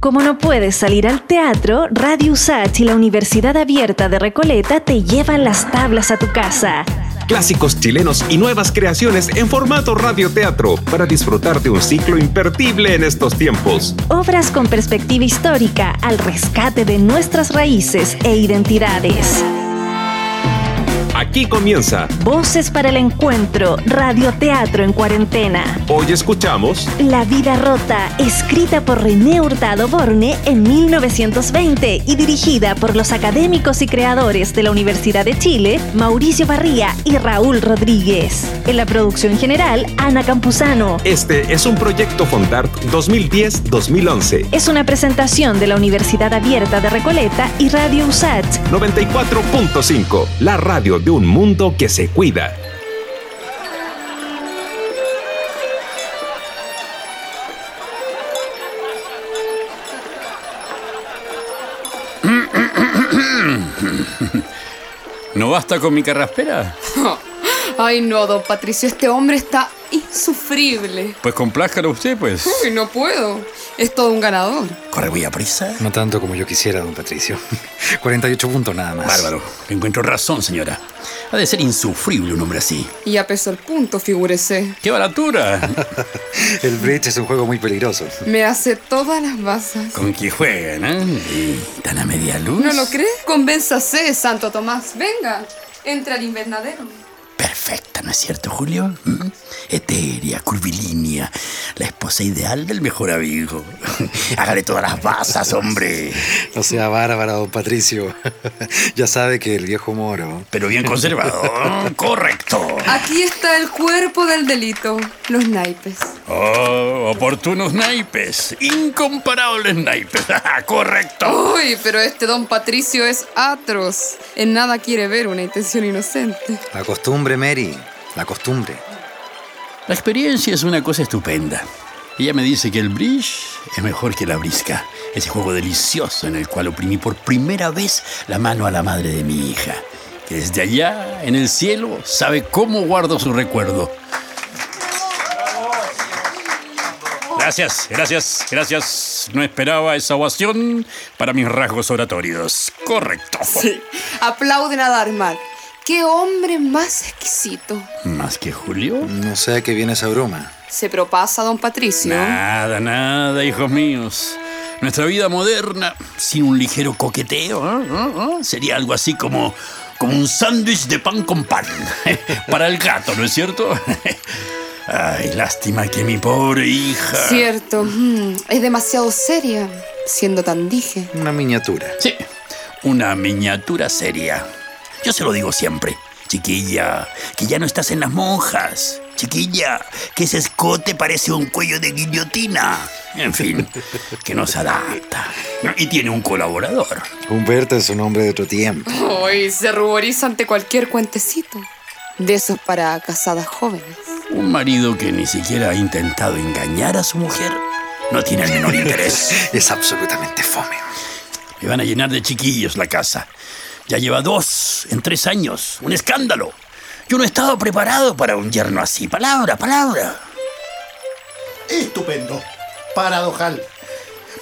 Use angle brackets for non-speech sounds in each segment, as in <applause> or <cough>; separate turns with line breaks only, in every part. Como no puedes salir al teatro, Radio USACH y la Universidad Abierta de Recoleta te llevan las tablas a tu casa.
Clásicos chilenos y nuevas creaciones en formato radioteatro para disfrutar de un ciclo imperdible en estos tiempos.
Obras con perspectiva histórica al rescate de nuestras raíces e identidades.
Aquí comienza
Voces para el Encuentro, Radioteatro en Cuarentena.
Hoy escuchamos
La vida rota, escrita por René Hurtado Borne en 1920 y dirigida por los académicos y creadores de la Universidad de Chile, Mauricio Barría y Raúl Rodríguez. En la producción general, Ana Campuzano.
Este es un proyecto Fondart 2010-2011.
Es una presentación de la Universidad Abierta de Recoleta y Radio USAT.
94.5, la radio de un mundo que se cuida.
¿No basta con mi carraspera?
<laughs> Ay, no, don Patricio, este hombre está insufrible.
Pues complácalo usted, pues.
Uy, no puedo. Es todo un ganador.
Corre muy a prisa.
No tanto como yo quisiera, don Patricio. <laughs> 48 puntos nada más.
Bárbaro. Encuentro razón, señora. Ha de ser insufrible un hombre así.
Y a peso el punto, figúrese.
¡Qué baratura!
El bridge es un juego muy peligroso.
Me hace todas las basas.
con que juegan, ¿eh? Y tan a media luz.
¿No lo cree? Convénzase, Santo Tomás. Venga, entra al invernadero.
Perfecta, <laughs> ¿no es cierto, Julio? ¿Mm? Etérea, curvilínea, la esposa ideal del mejor amigo. <laughs> Hágale todas las basas, hombre.
No sea bárbara, don Patricio. <laughs> Ya sabe que el viejo moro.
Pero bien conservado. <laughs> Correcto.
Aquí está el cuerpo del delito, los naipes.
Oh, oportunos naipes. Incomparables naipes. <laughs> Correcto.
Uy, pero este don Patricio es atroz. En nada quiere ver una intención inocente.
La costumbre, Mary. La costumbre.
La experiencia es una cosa estupenda. Ella me dice que el bridge es mejor que la brisca. Ese juego delicioso en el cual oprimí por primera vez la mano a la madre de mi hija. Que desde allá, en el cielo, sabe cómo guardo su recuerdo. Gracias, gracias, gracias. No esperaba esa ovación para mis rasgos oratorios. Correcto.
Sí. Aplauden a Darmar. ¡Qué hombre más exquisito!
Más que Julio.
No sé a qué viene esa broma.
Se propasa don Patricio.
Nada, nada, hijos míos. Nuestra vida moderna, sin un ligero coqueteo, ¿eh? ¿eh? ¿eh? sería algo así como, como un sándwich de pan con pan. <laughs> Para el gato, ¿no es cierto? <laughs> Ay, lástima que mi pobre hija.
Cierto, mm, es demasiado seria, siendo tan dije.
Una miniatura.
Sí, una miniatura seria. Yo se lo digo siempre. Chiquilla, que ya no estás en las monjas. Chiquilla, que ese escote parece un cuello de guillotina. En fin, que nos adapta. Y tiene un colaborador.
Humberto es un hombre de otro tiempo.
Hoy se ruboriza ante cualquier cuentecito. De esos para casadas jóvenes.
Un marido que ni siquiera ha intentado engañar a su mujer no tiene el menor interés.
Es absolutamente fome.
Me van a llenar de chiquillos la casa. Ya lleva dos en tres años. Un escándalo. Yo no estaba preparado para un yerno así. Palabra, palabra.
Estupendo. Paradojal.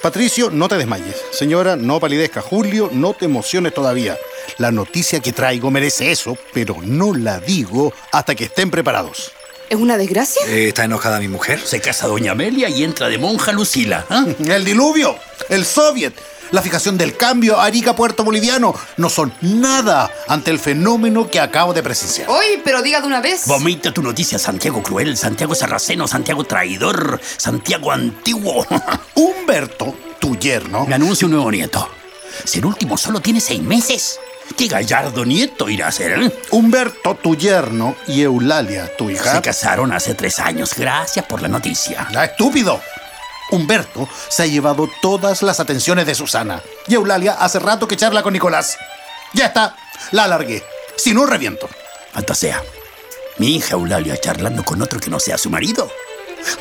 Patricio, no te desmayes. Señora, no palidezca. Julio, no te emociones todavía. La noticia que traigo merece eso, pero no la digo hasta que estén preparados.
¿Es una desgracia?
Eh, ¿Está enojada mi mujer?
Se casa doña Amelia y entra de monja Lucila. ¿ah?
<laughs> El diluvio, el soviet, la fijación del cambio, Arica Puerto Boliviano, no son nada ante el fenómeno que acabo de presenciar.
Hoy, pero diga de una vez.
Vomita tu noticia, Santiago Cruel, Santiago Sarraceno, Santiago Traidor, Santiago Antiguo.
Humberto, tu yerno,
Me anuncia un nuevo nieto. Si el último solo tiene seis meses, ¿qué gallardo nieto irá a ser? eh?
Humberto, tu yerno, y Eulalia, tu hija.
Se casaron hace tres años. Gracias por la noticia.
¡Ah, estúpido! Humberto se ha llevado todas las atenciones de Susana. Y Eulalia hace rato que charla con Nicolás. Ya está, la alargué. Si no, reviento.
Alta sea. Mi hija Eulalia charlando con otro que no sea su marido.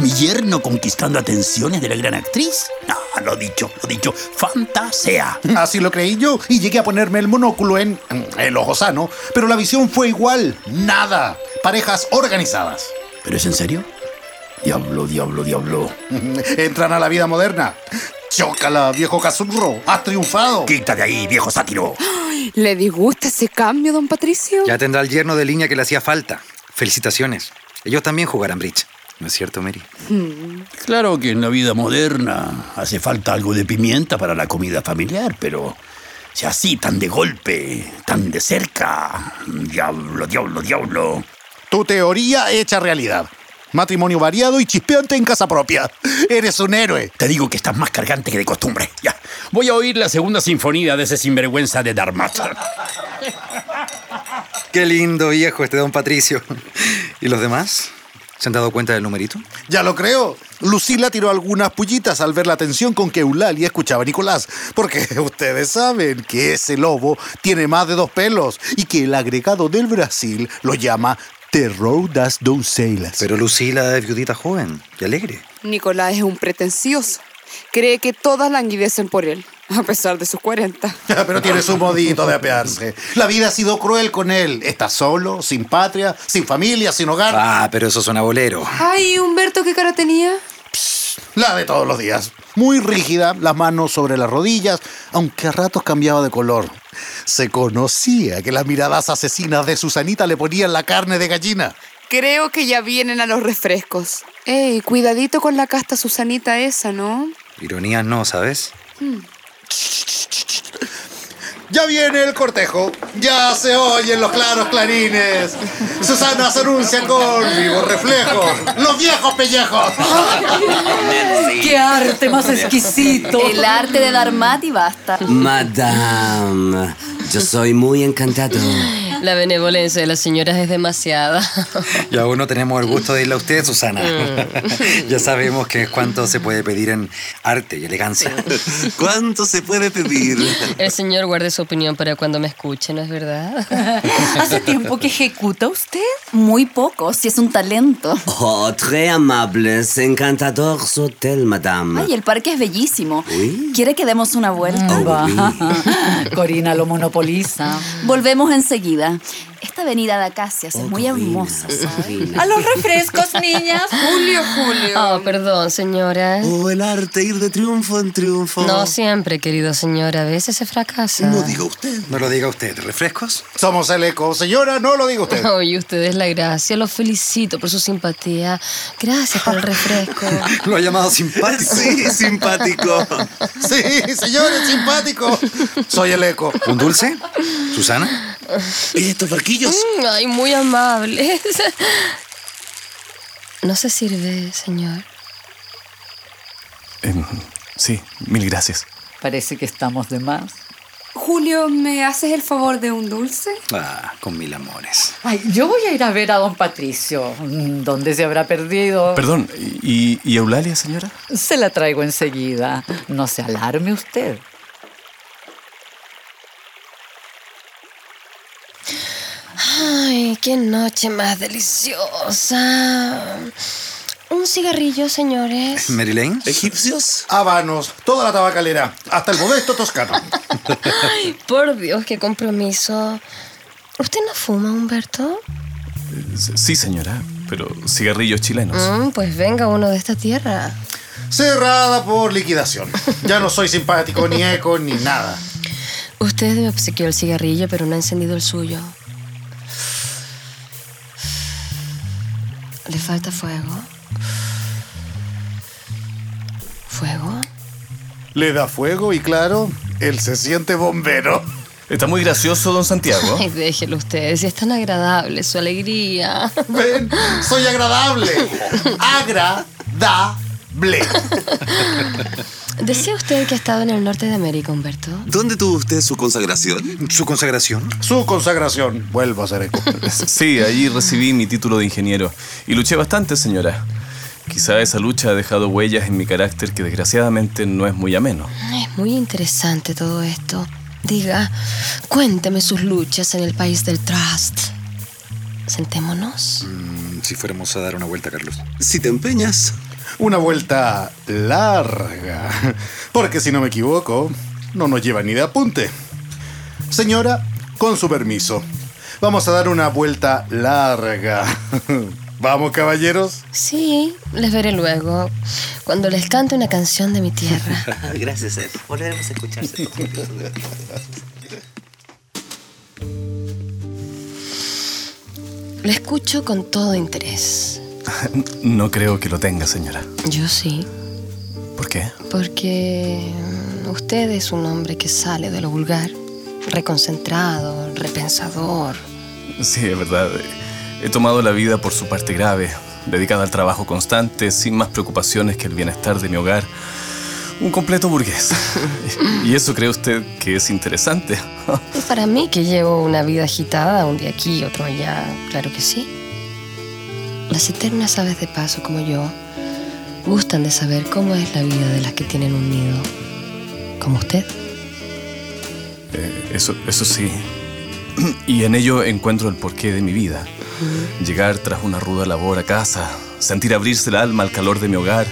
Mi yerno conquistando atenciones de la gran actriz. No, lo dicho, lo dicho. Fantasea.
Así lo creí yo y llegué a ponerme el monóculo en mm, el ojo sano, pero la visión fue igual. Nada. Parejas organizadas.
¿Pero es en serio? Diablo, diablo, diablo.
<laughs> Entran a la vida moderna. Chócala, viejo Casurro. Has triunfado.
Quítate ahí, viejo sátiro.
¿Le disgusta ese cambio, don Patricio?
Ya tendrá el yerno de línea que le hacía falta. Felicitaciones. Ellos también jugarán bridge. ¿No es cierto, Mary?
Mm,
Claro que en la vida moderna hace falta algo de pimienta para la comida familiar, pero si así, tan de golpe, tan de cerca. Diablo, diablo, diablo.
Tu teoría hecha realidad. Matrimonio variado y chispeante en casa propia. Eres un héroe.
Te digo que estás más cargante que de costumbre. Ya. Voy a oír la segunda sinfonía de ese sinvergüenza de Darmat.
Qué lindo viejo este don Patricio. ¿Y los demás? ¿Se han dado cuenta del numerito?
Ya lo creo. Lucila tiró algunas pullitas al ver la atención con que Eulalia escuchaba a Nicolás, porque <laughs> ustedes saben que ese lobo tiene más de dos pelos y que el agregado del Brasil lo llama Terror das Doncelas.
Pero Lucila es viudita joven y alegre.
Nicolás es un pretencioso. Cree que todas languidecen por él, a pesar de sus 40.
<laughs> Pero tiene su modito de apearse. La vida ha sido cruel con él. Está solo, sin patria, sin familia, sin hogar.
Ah, pero eso suena bolero.
Ay, Humberto, ¿qué cara tenía?
La de todos los días. Muy rígida, las manos sobre las rodillas, aunque a ratos cambiaba de color. Se conocía que las miradas asesinas de Susanita le ponían la carne de gallina.
Creo que ya vienen a los refrescos. Ey, cuidadito con la casta Susanita esa, ¿no?
Ironías no, ¿sabes?
Ya viene el cortejo, ya se oyen los claros clarines. Susana se anuncia con vivo reflejo, los viejos pellejos.
¡Qué arte más exquisito!
El arte
<laughs>
de Darmat y basta.
Madame, yo soy muy encantado.
La benevolencia de las señoras es
<laughs>
demasiada.
Y aún no tenemos el gusto de irle a usted, Susana.
Mm.
ya sabemos que es cuánto se puede pedir en arte y elegancia.
¿Cuánto se puede pedir?
El señor guarde su opinión para cuando me escuche, ¿no es verdad?
¿Hace tiempo que ejecuta usted? Muy poco, si es un talento.
Oh, très amable, encantador su hotel, madame.
Ay, el parque es bellísimo. ¿Quiere que demos una vuelta?
Mm,
Va.
<laughs>
Corina lo monopoliza.
Volvemos enseguida. Esta avenida de acacias
Oh,
es muy hermosa.
¡A los refrescos,
<laughs>
niñas!
Julio, Julio.
Oh, perdón, señora.
Oh, el arte, ir de triunfo en triunfo.
No siempre, querido señor, a veces se fracasa.
No diga usted.
No lo diga usted. ¿Refrescos?
Somos el eco, señora, no lo diga
<laughs>
usted.
Oye, ustedes la gracia, los felicito por su simpatía. Gracias por el refresco.
Lo ha llamado simpático.
Sí, simpático.
<laughs> Sí, señores, simpático. Soy el eco.
¿Un dulce? ¿Susana?
¿Y estos barquillos?
Mm, Ay, muy amables. <laughs> No se sirve, señor.
Em, Sí, mil gracias.
Parece que estamos de más.
Julio, ¿me haces el favor de un dulce?
Ah, con mil amores.
Ay, yo voy a ir a ver a don Patricio. Mm, ¿Dónde se habrá perdido?
Perdón, ¿y, y Eulalia, señora?
Se la traigo enseguida. No se alarme usted.
Ay, qué noche más deliciosa. Un cigarrillo, señores.
¿Mary Lane?
¿Egipcios?
Habanos, toda la tabacalera, hasta el modesto toscano.
Ay, por Dios, qué compromiso. ¿Usted no fuma, Humberto?
Sí, señora, pero cigarrillos
<laughs>
chilenos.
Mm, pues venga uno de esta tierra.
Cerrada por liquidación. Ya no soy simpático, ni eco, ni nada.
Usted me obsequió el cigarrillo, pero no ha encendido el suyo. Le falta fuego. ¿Fuego?
Le da fuego y claro, él se siente bombero.
Está muy gracioso, don Santiago.
Ay, déjelo ustedes, es tan agradable su alegría.
Ven, soy agradable. Agradable.
Decía usted que ha estado en el norte de América, Humberto.
¿Dónde tuvo usted su consagración?
¿Su consagración?
Su consagración. Vuelvo a ser eco.
Sí, allí recibí mi título de ingeniero. Y luché bastante, señora. Quizá esa lucha ha dejado huellas en mi carácter que desgraciadamente no es muy ameno. <laughs>
Es muy interesante todo esto. Diga, cuénteme sus luchas en el país del Trust. Sentémonos.
Mm, Si fuéramos a dar una vuelta, Carlos.
Si te empeñas.
Una vuelta larga. Porque si no me equivoco, no nos lleva ni de apunte. Señora, con su permiso, vamos a dar una vuelta larga. <laughs> Vamos, caballeros.
Sí, les veré luego, cuando les cante una canción de mi tierra.
<laughs> Gracias, Ed. Volveremos a este escucharse.
Lo escucho con todo interés.
No creo que lo tenga, señora.
Yo sí,
¿Por qué?
porque mm, usted es un hombre que sale de lo vulgar, reconcentrado, repensador.
Sí, es verdad. He tomado la vida por su parte grave, dedicada al trabajo constante, sin más preocupaciones que el bienestar de mi hogar. Un completo burgués. ¿Y eso cree usted que es interesante? <laughs>
Y para mí que llevo una vida agitada, un día aquí, otro allá, claro que sí. Las eternas aves de paso como yo gustan de saber cómo es la vida de las que tienen un nido, como usted.
Eh, eso, eso sí. <clears throat> Y en ello encuentro el porqué de mi vida. Llegar tras una ruda labor a casa, sentir abrirse el alma al calor de mi hogar,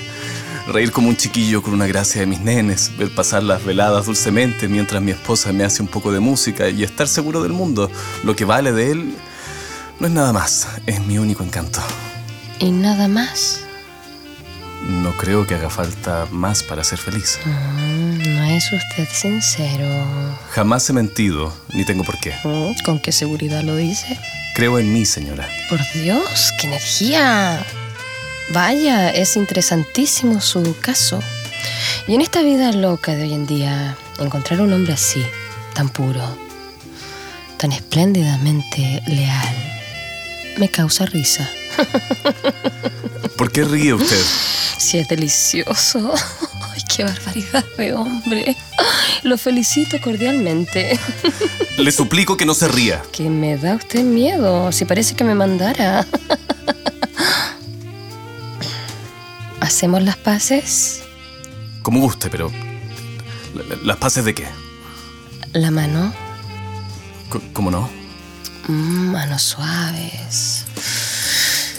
reír como un chiquillo con una gracia de mis nenes, ver pasar las veladas dulcemente mientras mi esposa me hace un poco de música y estar seguro del mundo. Lo que vale de él no es nada más, es mi único encanto.
Y nada más.
No creo que haga falta más para ser feliz.
Mm, no es usted sincero.
Jamás he mentido, ni tengo por qué.
Mm, ¿Con qué seguridad lo dice?
Creo en mí, señora.
Por Dios, qué energía. Vaya, es interesantísimo su caso. Y en esta vida loca de hoy en día, encontrar un hombre así, tan puro, tan espléndidamente leal, me causa risa.
¿Por qué ríe usted?
Si es delicioso. <laughs> Ay, qué barbaridad de hombre. Lo felicito cordialmente.
Le suplico que no se ría.
Que me da usted miedo, si parece que me mandara. <laughs> ¿Hacemos las paces?
Como guste, pero... la- la- ¿Las paces de qué?
La mano,
Co- ¿Cómo no?
Mm, manos suaves.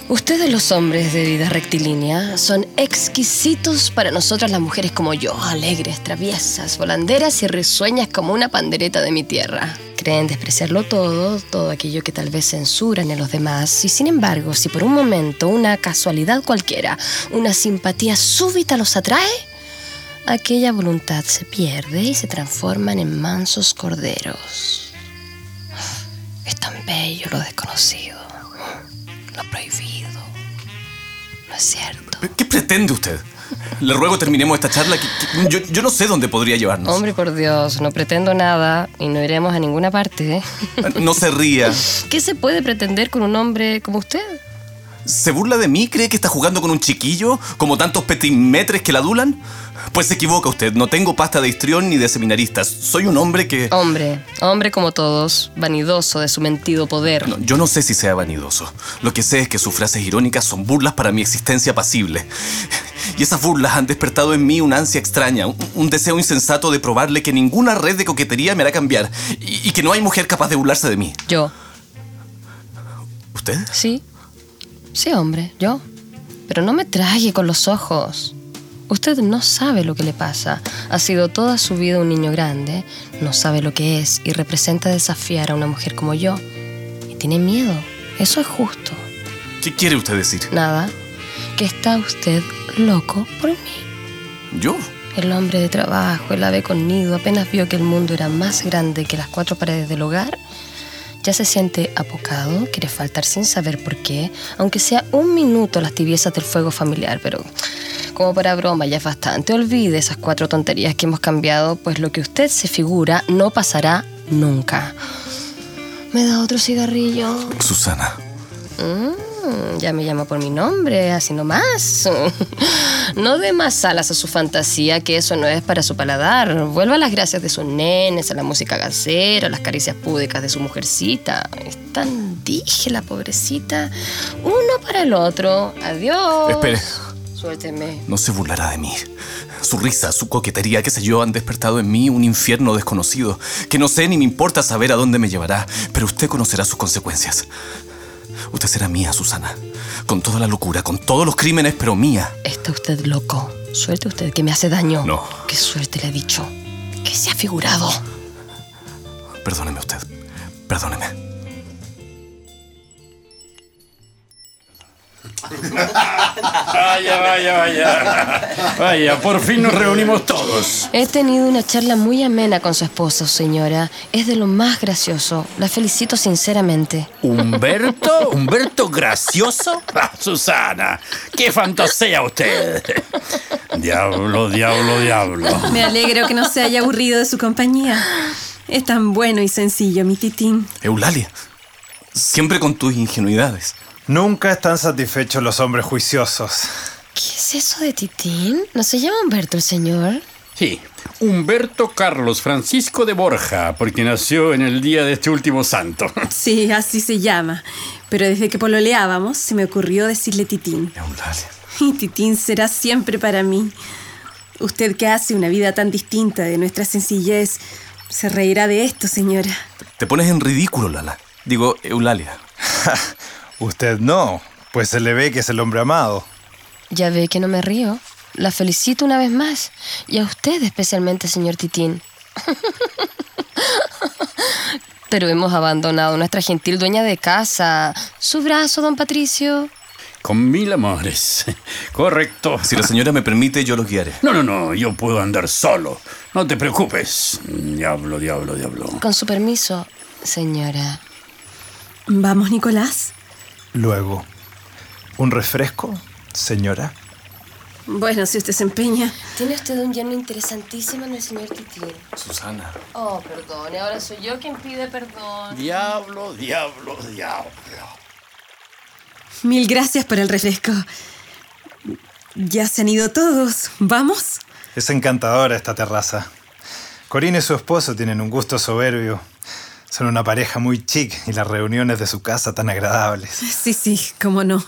Ustedes los hombres de vida rectilínea son exquisitos para nosotras las mujeres como yo, alegres, traviesas, volanderas y risueñas como una pandereta de mi tierra. Creen despreciarlo todo, todo aquello que tal vez censuran en los demás, y sin embargo, si por un momento una casualidad cualquiera, una simpatía súbita los atrae, aquella voluntad se pierde y se transforman en mansos corderos. Es tan bello lo desconocido, lo prohibido. No es cierto.
¿Qué pretende usted? Le ruego terminemos esta charla. que- que- yo, yo no sé dónde podría llevarnos.
Hombre, por Dios, no pretendo nada y no iremos a ninguna parte. ¿eh? <laughs>
No se ría.
¿Qué se puede pretender con un hombre como usted?
¿Se burla de mí? ¿Cree que está jugando con un chiquillo? ¿Como tantos petimetres que la adulan? Pues se equivoca usted. No tengo pasta de histrión ni de seminaristas. Soy un hombre que...
Hombre, hombre como todos, vanidoso de su mentido poder.
No, yo no sé si sea vanidoso. Lo que sé es que sus frases irónicas son burlas para mi existencia pasible. Y esas burlas han despertado en mí una ansia extraña, un, un deseo insensato de probarle que ninguna red de coquetería me hará cambiar y, y que no hay mujer capaz de burlarse de mí.
Yo.
¿Usted?
Sí. Sí, hombre, yo. Pero no me trague con los ojos. Usted no sabe lo que le pasa. Ha sido toda su vida un niño grande, no sabe lo que es y representa desafiar a una mujer como yo. Y tiene miedo. Eso es justo.
¿Qué quiere usted decir?
Nada. Que está usted loco por mí.
¿Yo?
El hombre de trabajo, el ave con nido, apenas vio que el mundo era más grande que las cuatro paredes del hogar. Ya se siente apocado, quiere faltar sin saber por qué, aunque sea un minuto a las tibiezas del fuego familiar, pero como para broma ya es bastante. Olvide esas cuatro tonterías que hemos cambiado, pues lo que usted se figura no pasará nunca. ¿Me da otro cigarrillo?
Susana.
Mm, ya me llama por mi nombre, así nomás. <laughs> No dé más alas a su fantasía, que eso no es para su paladar. Vuelva a las gracias de sus nenes, a la música casera, a las caricias púdicas de su mujercita. Es tan dije la pobrecita. Uno para el otro. Adiós.
Espere.
Suélteme.
No se burlará de mí. Su risa, su coquetería, qué sé yo, han despertado en mí un infierno desconocido, que no sé ni me importa saber a dónde me llevará, pero usted conocerá sus consecuencias. Usted será mía, Susana, con toda la locura, con todos los crímenes, pero mía.
Está usted loco. Suelte usted, que me hace daño.
No.
Qué suerte le he dicho. Que se ha figurado.
Perdóneme usted, perdóneme.
Vaya, vaya, vaya. Vaya, por fin nos reunimos todos.
He tenido una charla muy amena con su esposo, señora. Es de lo más gracioso. La felicito sinceramente.
¿Humberto? ¿Humberto gracioso? Ah, Susana, qué fantasea usted. Diablo, diablo, diablo.
Me alegro que no se haya aburrido de su compañía. Es tan bueno y sencillo, mi titín.
Eulalia, siempre con tus ingenuidades.
Nunca están satisfechos los hombres juiciosos.
¿Qué es eso de Titín? ¿No se llama Humberto el señor?
Sí, Humberto Carlos Francisco de Borja, porque nació en el día de este último santo.
Sí, así se llama. Pero desde que pololeábamos se me ocurrió decirle Titín. Y Titín será siempre para mí. Usted que hace una vida tan distinta de nuestra sencillez, se reirá de esto, señora.
Te pones en ridículo, Lala. Digo, Eulalia.
<laughs> Usted no, pues se le ve que es el hombre amado.
Ya ve que no me río. La felicito una vez más. Y a usted especialmente, señor Titín. <laughs> Pero hemos abandonado a nuestra gentil dueña de casa. Su brazo, don Patricio.
Con mil amores. Correcto.
Si la señora me permite, yo los guiaré.
No, no, no, yo puedo andar solo. No te preocupes. Diablo, diablo, diablo.
Con su permiso, señora.
Vamos, Nicolás.
Luego, ¿un refresco, señora?
Bueno, si usted se empeña.
Tiene usted un yerno interesantísimo en el señor Titín.
Susana.
Oh, perdone, ahora soy yo quien pide perdón.
Diablo, diablo, diablo.
Mil gracias por el refresco. Ya se han ido todos. ¿Vamos?
Es encantadora esta terraza. Corín y su esposo tienen un gusto soberbio. Son una pareja muy chic y las reuniones de su casa tan agradables.
Sí, sí, cómo no.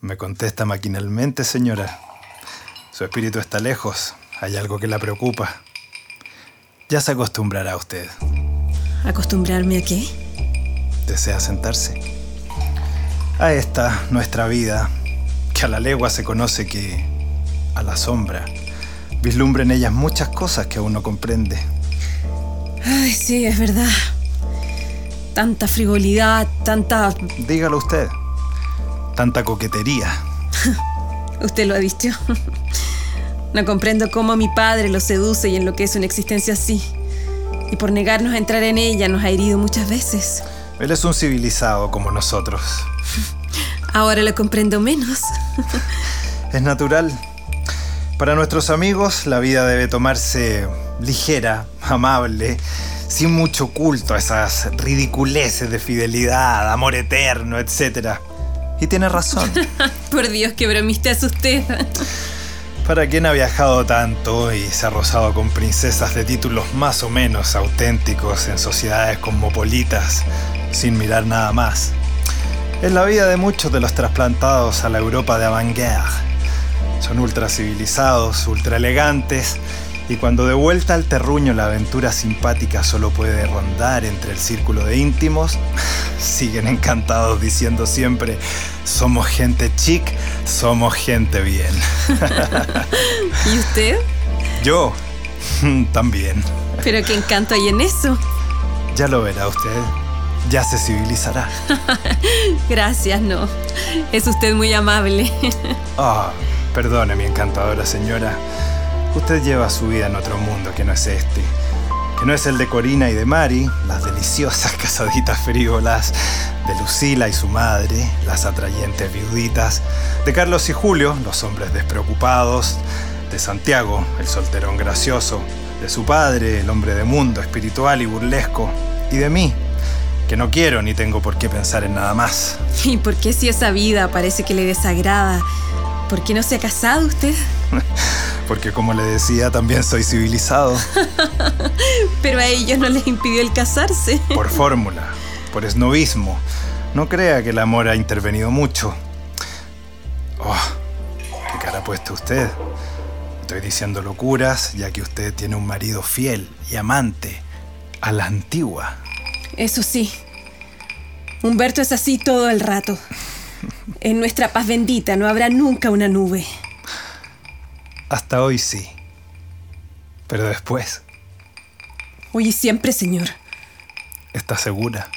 Me contesta maquinalmente, señora. Su espíritu está lejos. Hay algo que la preocupa. Ya se acostumbrará usted.
¿Acostumbrarme a qué?
¿Desea sentarse? A esta, nuestra vida, que a la legua se conoce que, a la sombra, vislumbra en ellas muchas cosas que aún no comprende.
Ay, sí, es verdad. Tanta frivolidad, tanta... <laughs>
Dígalo usted. Tanta coquetería.
Usted lo ha dicho. <laughs> No comprendo cómo mi padre lo seduce y enloquece una existencia así. Y por negarnos a entrar en ella nos ha herido muchas veces.
Él es un civilizado como nosotros.
Ahora lo comprendo menos.
Es natural. Para nuestros amigos la vida debe tomarse ligera, amable, sin mucho culto a esas ridiculeces de fidelidad, amor eterno, etc. Y tiene razón.
Por Dios, qué bromista es usted. <laughs>
Para quien ha viajado tanto y se ha rozado con princesas de títulos más o menos auténticos en sociedades cosmopolitas, sin mirar nada más. Es la vida de muchos de los trasplantados a la Europa de avant-garde. Son ultra civilizados, ultra elegantes, y cuando de vuelta al terruño la aventura simpática solo puede rondar entre el círculo de íntimos, <laughs> siguen encantados diciendo siempre, somos gente chic, somos gente bien.
¿Y usted?
Yo <laughs> también.
Pero qué encanto hay en eso.
Ya lo verá usted. Ya se civilizará.
Gracias, no. Es usted muy amable. <laughs>
Ah, perdone, mi encantadora señora. Usted lleva su vida en otro mundo que no es este. Que no es el de Corina y de Mari, las deliciosas <laughs> casaditas frívolas, de Lucila y su madre, las atrayentes viuditas, de Carlos y Julio, los hombres despreocupados, de Santiago, el solterón gracioso, de su padre, el hombre de mundo, espiritual y burlesco, y de mí, que no quiero ni tengo por qué pensar en nada más.
¿Y por qué si esa vida parece que le desagrada? ¿Por qué no se ha casado usted?
Porque como le decía, también soy civilizado.
Pero a ellos no les impidió el casarse.
Por fórmula, por esnovismo. No crea que el amor ha intervenido mucho. Oh, qué cara ha puesto usted. Estoy diciendo locuras, ya que usted tiene un marido fiel y amante a la antigua.
Eso sí. Humberto es así todo el rato. En nuestra paz bendita no habrá nunca una nube.
Hasta hoy sí. Pero después,
Hoy y siempre, señor.
¿está segura?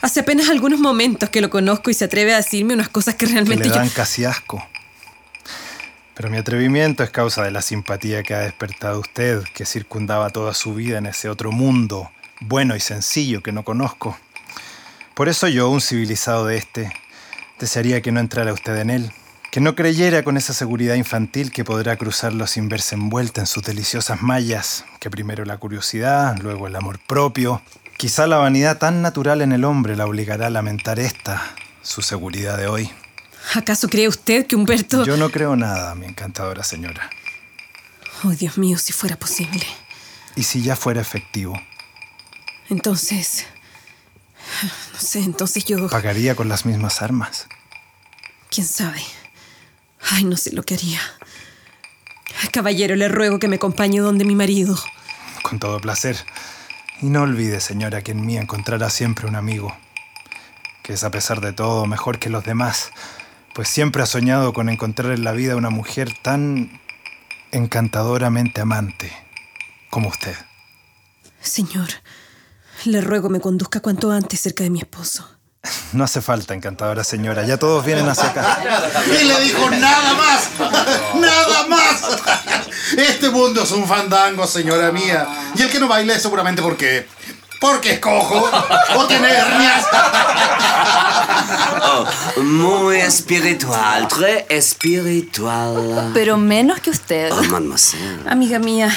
hace apenas algunos momentos que lo conozco y se atreve a decirme unas cosas que
que
realmente
le
yo...
dan casi asco. Pero mi atrevimiento es causa de la simpatía que ha despertado usted, que circundaba toda su vida en ese otro mundo, bueno y sencillo, que no conozco. Por eso yo, un civilizado de este, desearía que no entrara usted en él, que no creyera con esa seguridad infantil que podrá cruzarlo sin verse envuelta en sus deliciosas mallas, que primero la curiosidad, luego el amor propio. Quizá la vanidad tan natural en el hombre la obligará a lamentar esta, su seguridad de hoy.
¿Acaso cree usted que Humberto...
Yo no creo nada, mi encantadora señora.
Oh, Dios mío, si fuera posible.
¿Y si ya fuera efectivo?
Entonces... No sé, entonces yo...
¿Pagaría con las mismas armas?
¿Quién sabe? Ay, no sé lo que haría. Caballero, le ruego que me acompañe donde mi marido.
Con todo placer. Y no olvide, señora, que en mí encontrará siempre un amigo, que es a pesar de todo mejor que los demás, pues siempre ha soñado con encontrar en la vida una mujer tan encantadoramente amante como usted.
Señor, le ruego me conduzca cuanto antes cerca de mi esposo.
No hace falta, encantadora señora, ya todos vienen hacia acá.
Ni le dijo nada más. Nada más. Este mundo es un fandango, señora mía. Y el que no baile es seguramente porque. Porque es cojo o tiene hernias.
Oh, muy espiritual, très espiritual.
Pero menos que usted.
Oh, mademoiselle.
Amiga mía,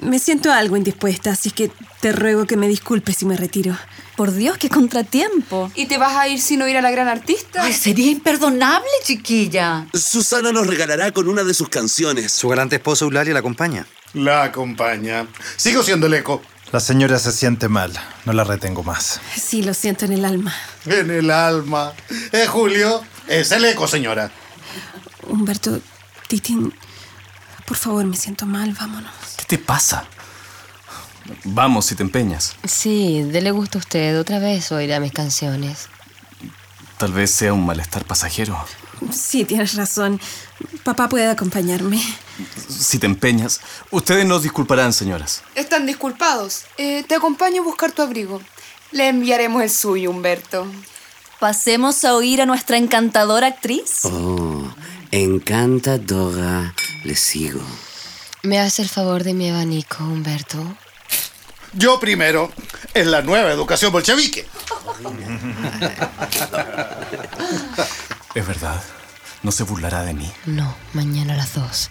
me siento algo indispuesta, así que te ruego que me disculpes si me retiro. Por Dios, qué contratiempo.
¿Y te vas a ir sin oír a la gran artista?
Ay, sería imperdonable, chiquilla.
Susana nos regalará con una de sus canciones.
Su galante esposo Eulalia la acompaña.
La acompaña. Sigo siendo el eco.
La señora se siente mal, no la retengo más.
Sí, lo siento en el alma.
En el alma. Eh, Julio, es el eco, señora.
Humberto, Titín, por favor, me siento mal, vámonos.
¿Qué te pasa? Vamos, si te empeñas.
Sí, dele gusto a usted. Otra vez oirá mis canciones.
Tal vez sea un malestar pasajero.
Sí, tienes razón. Papá puede acompañarme.
Si te empeñas. Ustedes nos disculparán, señoras.
Están disculpados. Eh, te acompaño a buscar tu abrigo. Le enviaremos el suyo, Humberto.
Pasemos a oír a nuestra encantadora actriz.
Oh, encantadora. Le sigo.
¿Me hace el favor de mi abanico, Humberto?
Yo primero. Es la nueva educación bolchevique.
Es verdad. No se burlará de mí.
No, mañana a las dos.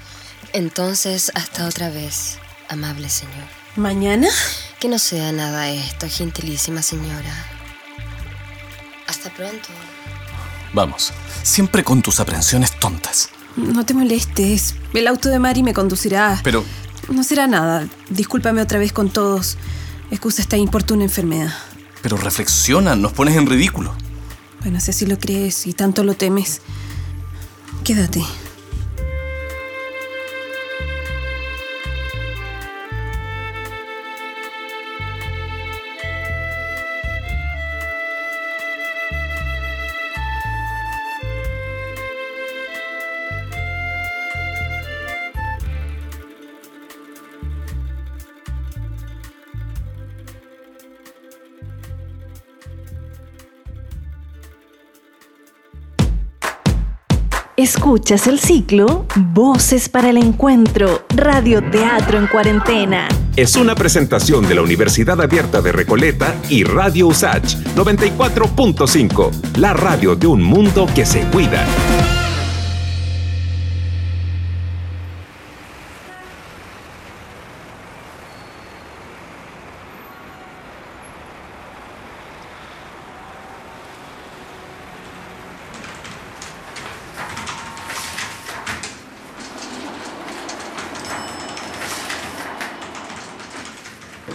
Entonces, hasta otra vez, amable señor.
¿Mañana?
Que no sea nada esto, gentilísima señora. Hasta pronto.
Vamos. Siempre con tus aprensiones tontas.
No te molestes. El auto de Mari me conducirá.
Pero
No será nada. Discúlpame otra vez con todos. Excusa esta importuna enfermedad.
Pero reflexiona, nos pones en ridículo.
Bueno, sé si lo crees y tanto lo temes. Quédate.
Escuchas el ciclo Voces para el Encuentro, Radio Teatro en Cuarentena.
Es una presentación de la Universidad Abierta de Recoleta y Radio USACH 94.5, la radio de un mundo que se cuida.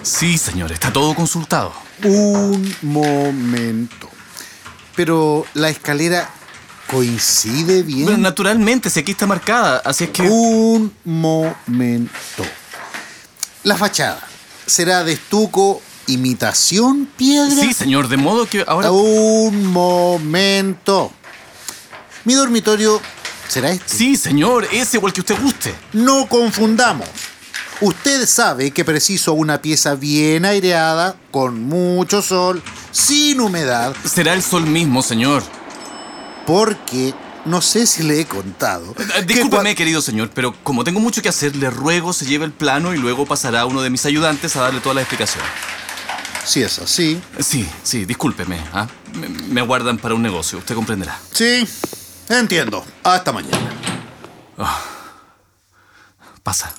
Sí, señor, está todo consultado.
Un momento. Pero la escalera coincide bien.
Pero naturalmente, si aquí está marcada, así es que.
Un momento. La fachada será de estuco, imitación, piedra.
Sí, señor, de modo que ahora.
Un momento. Mi dormitorio será este.
Sí, señor, ese o el que usted guste.
No confundamos. Usted sabe que preciso una pieza bien aireada, con mucho sol, sin humedad.
Será el sol mismo, señor.
Porque no sé si le he contado.
Eh, Discúlpeme, querido señor, pero como tengo mucho que hacer, le ruego se lleve el plano y luego pasará uno de mis ayudantes a darle toda la explicación.
Si es así.
Sí, sí, discúlpeme. ¿ah? Me, me guardan para un negocio, usted comprenderá.
Sí, entiendo. Hasta mañana.
Oh. Pasa.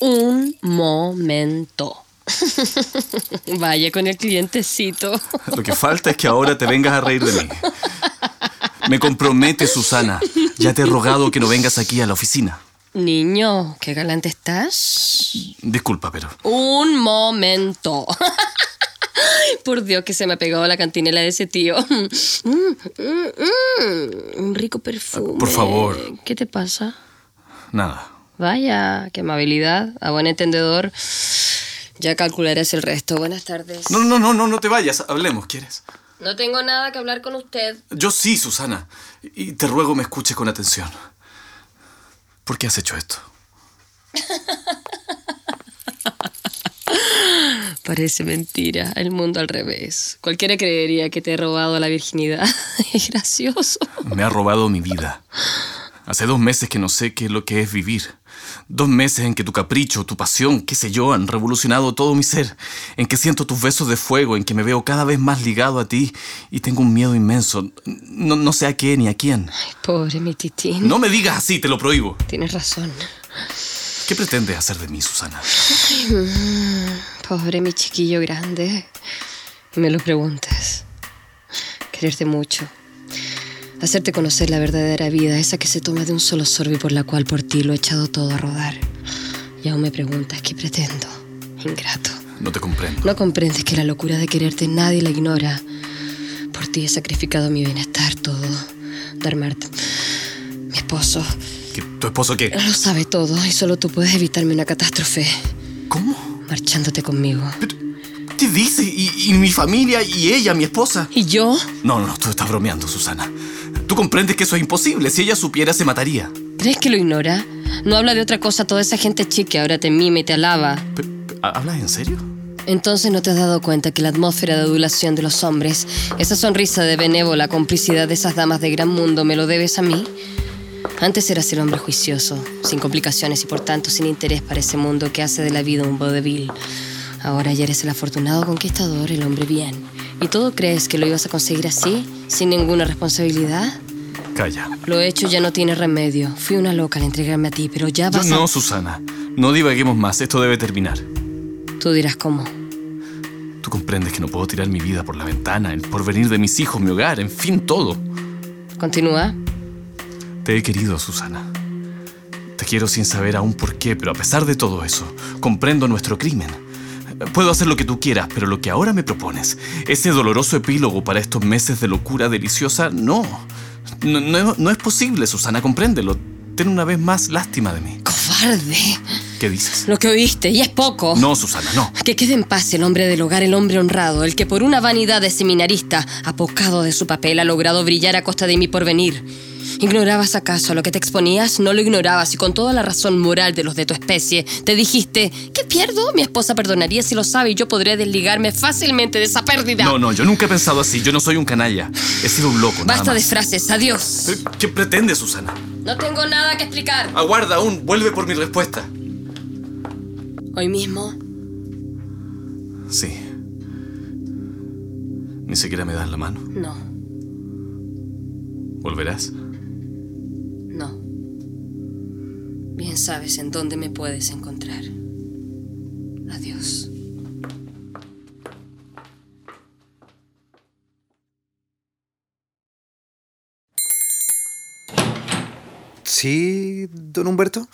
Un momento. <laughs> Vaya con el clientecito.
Lo que falta es que ahora te vengas a reír de mí. Me compromete, Susana. Ya te he rogado que no vengas aquí a la oficina.
Niño, qué galante estás.
Disculpa, pero...
Un momento. <laughs> Ay, Por Dios que se me ha pegado la cantinela de ese tío. <laughs> Mm, mm, mm, un rico perfume.
Por favor.
¿Qué te pasa?
Nada.
Vaya, qué amabilidad. A buen entendedor. Ya calcularás el resto. Buenas tardes. <laughs>
No, no, no, no, no te vayas. Hablemos, ¿quieres?
No tengo nada que hablar con usted.
Yo sí, Susana. Y te ruego me escuches con atención. ¿Por qué has hecho esto?
Parece mentira. El mundo al revés. Cualquiera creería que te he robado la virginidad. <laughs> Es gracioso.
Me ha robado mi vida. Hace dos meses que no sé qué es lo que es vivir. Dos meses en que tu capricho, tu pasión, qué sé yo, han revolucionado todo mi ser. En que siento tus besos de fuego, en que me veo cada vez más ligado a ti y tengo un miedo inmenso. No, no sé a qué ni a quién.
Pobre mi titín.
No me digas así, te lo prohíbo.
Tienes razón.
¿Qué pretendes hacer de mí, Susana?
Ay, mm, Pobre mi chiquillo grande. Me lo preguntas. Quererte mucho. Hacerte conocer la verdadera vida, esa que se toma de un solo sorbo y por la cual por ti lo he echado todo a rodar. Y aún me preguntas qué pretendo. Ingrato.
No te comprendo.
No comprendes que la locura de quererte nadie la ignora. Por ti he sacrificado mi bienestar, todo. Darmart, mi esposo,
¿Qué- ¿Tu esposo qué?
lo sabe todo y solo tú puedes evitarme una catástrofe.
¿Cómo?
Marchándote conmigo.
¿Qué dice? ¿Y, y mi familia? ¿Y ella, mi esposa?
¿Y yo?
No, no, no, tú estás bromeando, Susana. Tú comprendes que eso es imposible. Si ella supiera, se mataría.
¿Crees que lo ignora? No habla de otra cosa toda esa gente chica ahora te mima y te alaba.
¿Ha- ¿Hablas en serio?
Entonces no te has dado cuenta que la atmósfera de adulación de los hombres, esa sonrisa de benévola complicidad de esas damas de gran mundo, ¿me lo debes a mí? Antes eras el hombre juicioso, sin complicaciones y por tanto sin interés para ese mundo que hace de la vida un vodevil. Ahora ya eres el afortunado conquistador, el hombre bien. ¿Y todo crees que lo ibas a conseguir así, sin ninguna responsabilidad?
Calla.
Lo hecho ya no tiene remedio. Fui una loca al entregarme a ti, pero ya
Yo
vas a...
no, Susana. No divaguemos más. Esto debe terminar.
Tú dirás cómo.
Tú comprendes que no puedo tirar mi vida por la ventana, el porvenir de mis hijos, mi hogar, en fin, todo.
Continúa.
Te he querido, Susana. Te quiero sin saber aún por qué, pero a pesar de todo eso, comprendo nuestro crimen. Puedo hacer lo que tú quieras, pero lo que ahora me propones, ese doloroso epílogo para estos meses de locura deliciosa, no. No, no- no es posible, Susana, compréndelo. Ten una vez más lástima de mí.
¡Cobarde!
¿Qué dices?
Lo que oíste, y es poco.
No, Susana, no.
Que quede en paz el hombre del hogar, el hombre honrado, el que por una vanidad de seminarista, apocado de su papel, ha logrado brillar a costa de mi porvenir. ¿Ignorabas acaso lo que te exponías? No lo ignorabas y con toda la razón moral de los de tu especie, te dijiste, ¿qué pierdo? Mi esposa perdonaría si lo sabe y yo podré desligarme fácilmente de esa pérdida.
No, no, yo nunca he pensado así. Yo no soy un canalla. He sido un loco. nada
Basta de
más.
frases, adiós.
Eh, ¿Qué pretendes, Susana?
No tengo nada que explicar.
Aguarda aún, vuelve por mi respuesta.
Hoy mismo,
Sí. Ni siquiera me das la mano.
no,
¿Volverás?
no. Bien sabes en dónde me puedes encontrar. Adiós.
¿Sí, don Humberto?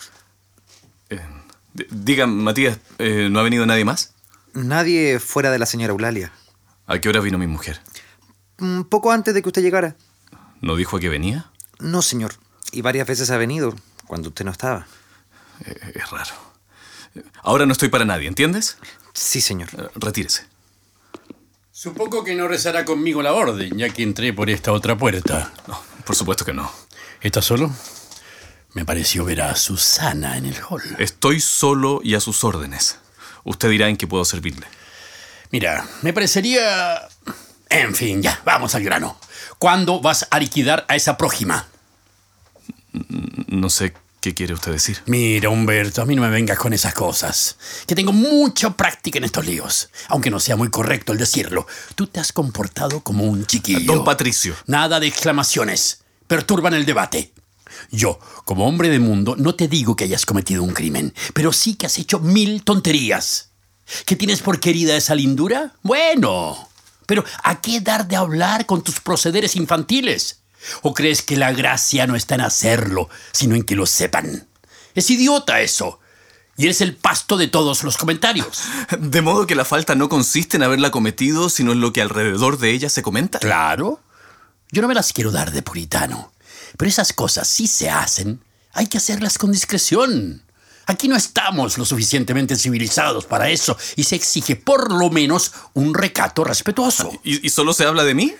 D- Diga, Matías, eh, ¿no ha venido nadie más?
Nadie fuera de la señora Eulalia.
¿A qué hora vino mi mujer?
Mm, Poco antes de que usted llegara.
¿No dijo a qué venía?
No, señor. <laughs> Y varias veces ha venido, cuando usted no estaba.
Eh, es raro. Eh, Ahora no estoy para nadie, ¿entiendes? Eh,
Sí, señor.
retírese.
Supongo que no rezará conmigo la orden, ya que entré por esta otra puerta.
Por supuesto que no.
¿Estás solo?
Me pareció ver a Susana en el hall.
Estoy solo y a sus órdenes. Usted dirá en qué puedo servirle.
Mira, me parecería... En fin, ya, vamos al grano. ¿Cuándo vas a liquidar a esa prójima?
No sé qué quiere usted decir.
Mira, Humberto, a mí no me vengas con esas cosas. Que tengo mucha práctica en estos líos. Aunque no sea muy correcto el decirlo. Tú te has comportado como un chiquillo.
Don Patricio.
Nada de exclamaciones. Perturban el debate. Yo, como hombre de mundo, no te digo que hayas cometido un crimen, pero sí que has hecho mil tonterías. ¿Que tienes por querida esa lindura? Bueno, pero ¿a qué dar de hablar con tus procederes infantiles? ¿O crees que la gracia no está en hacerlo, sino en que lo sepan? Es idiota eso. Y eres el pasto de todos los comentarios.
De modo que la falta no consiste en haberla cometido, sino en lo que alrededor de ella se comenta.
Claro. Yo no me las quiero dar de puritano. Pero esas cosas si se hacen, hay que hacerlas con discreción. Aquí no estamos lo suficientemente civilizados para eso y se exige por lo menos un recato respetuoso.
¿Y, y solo se habla de mí?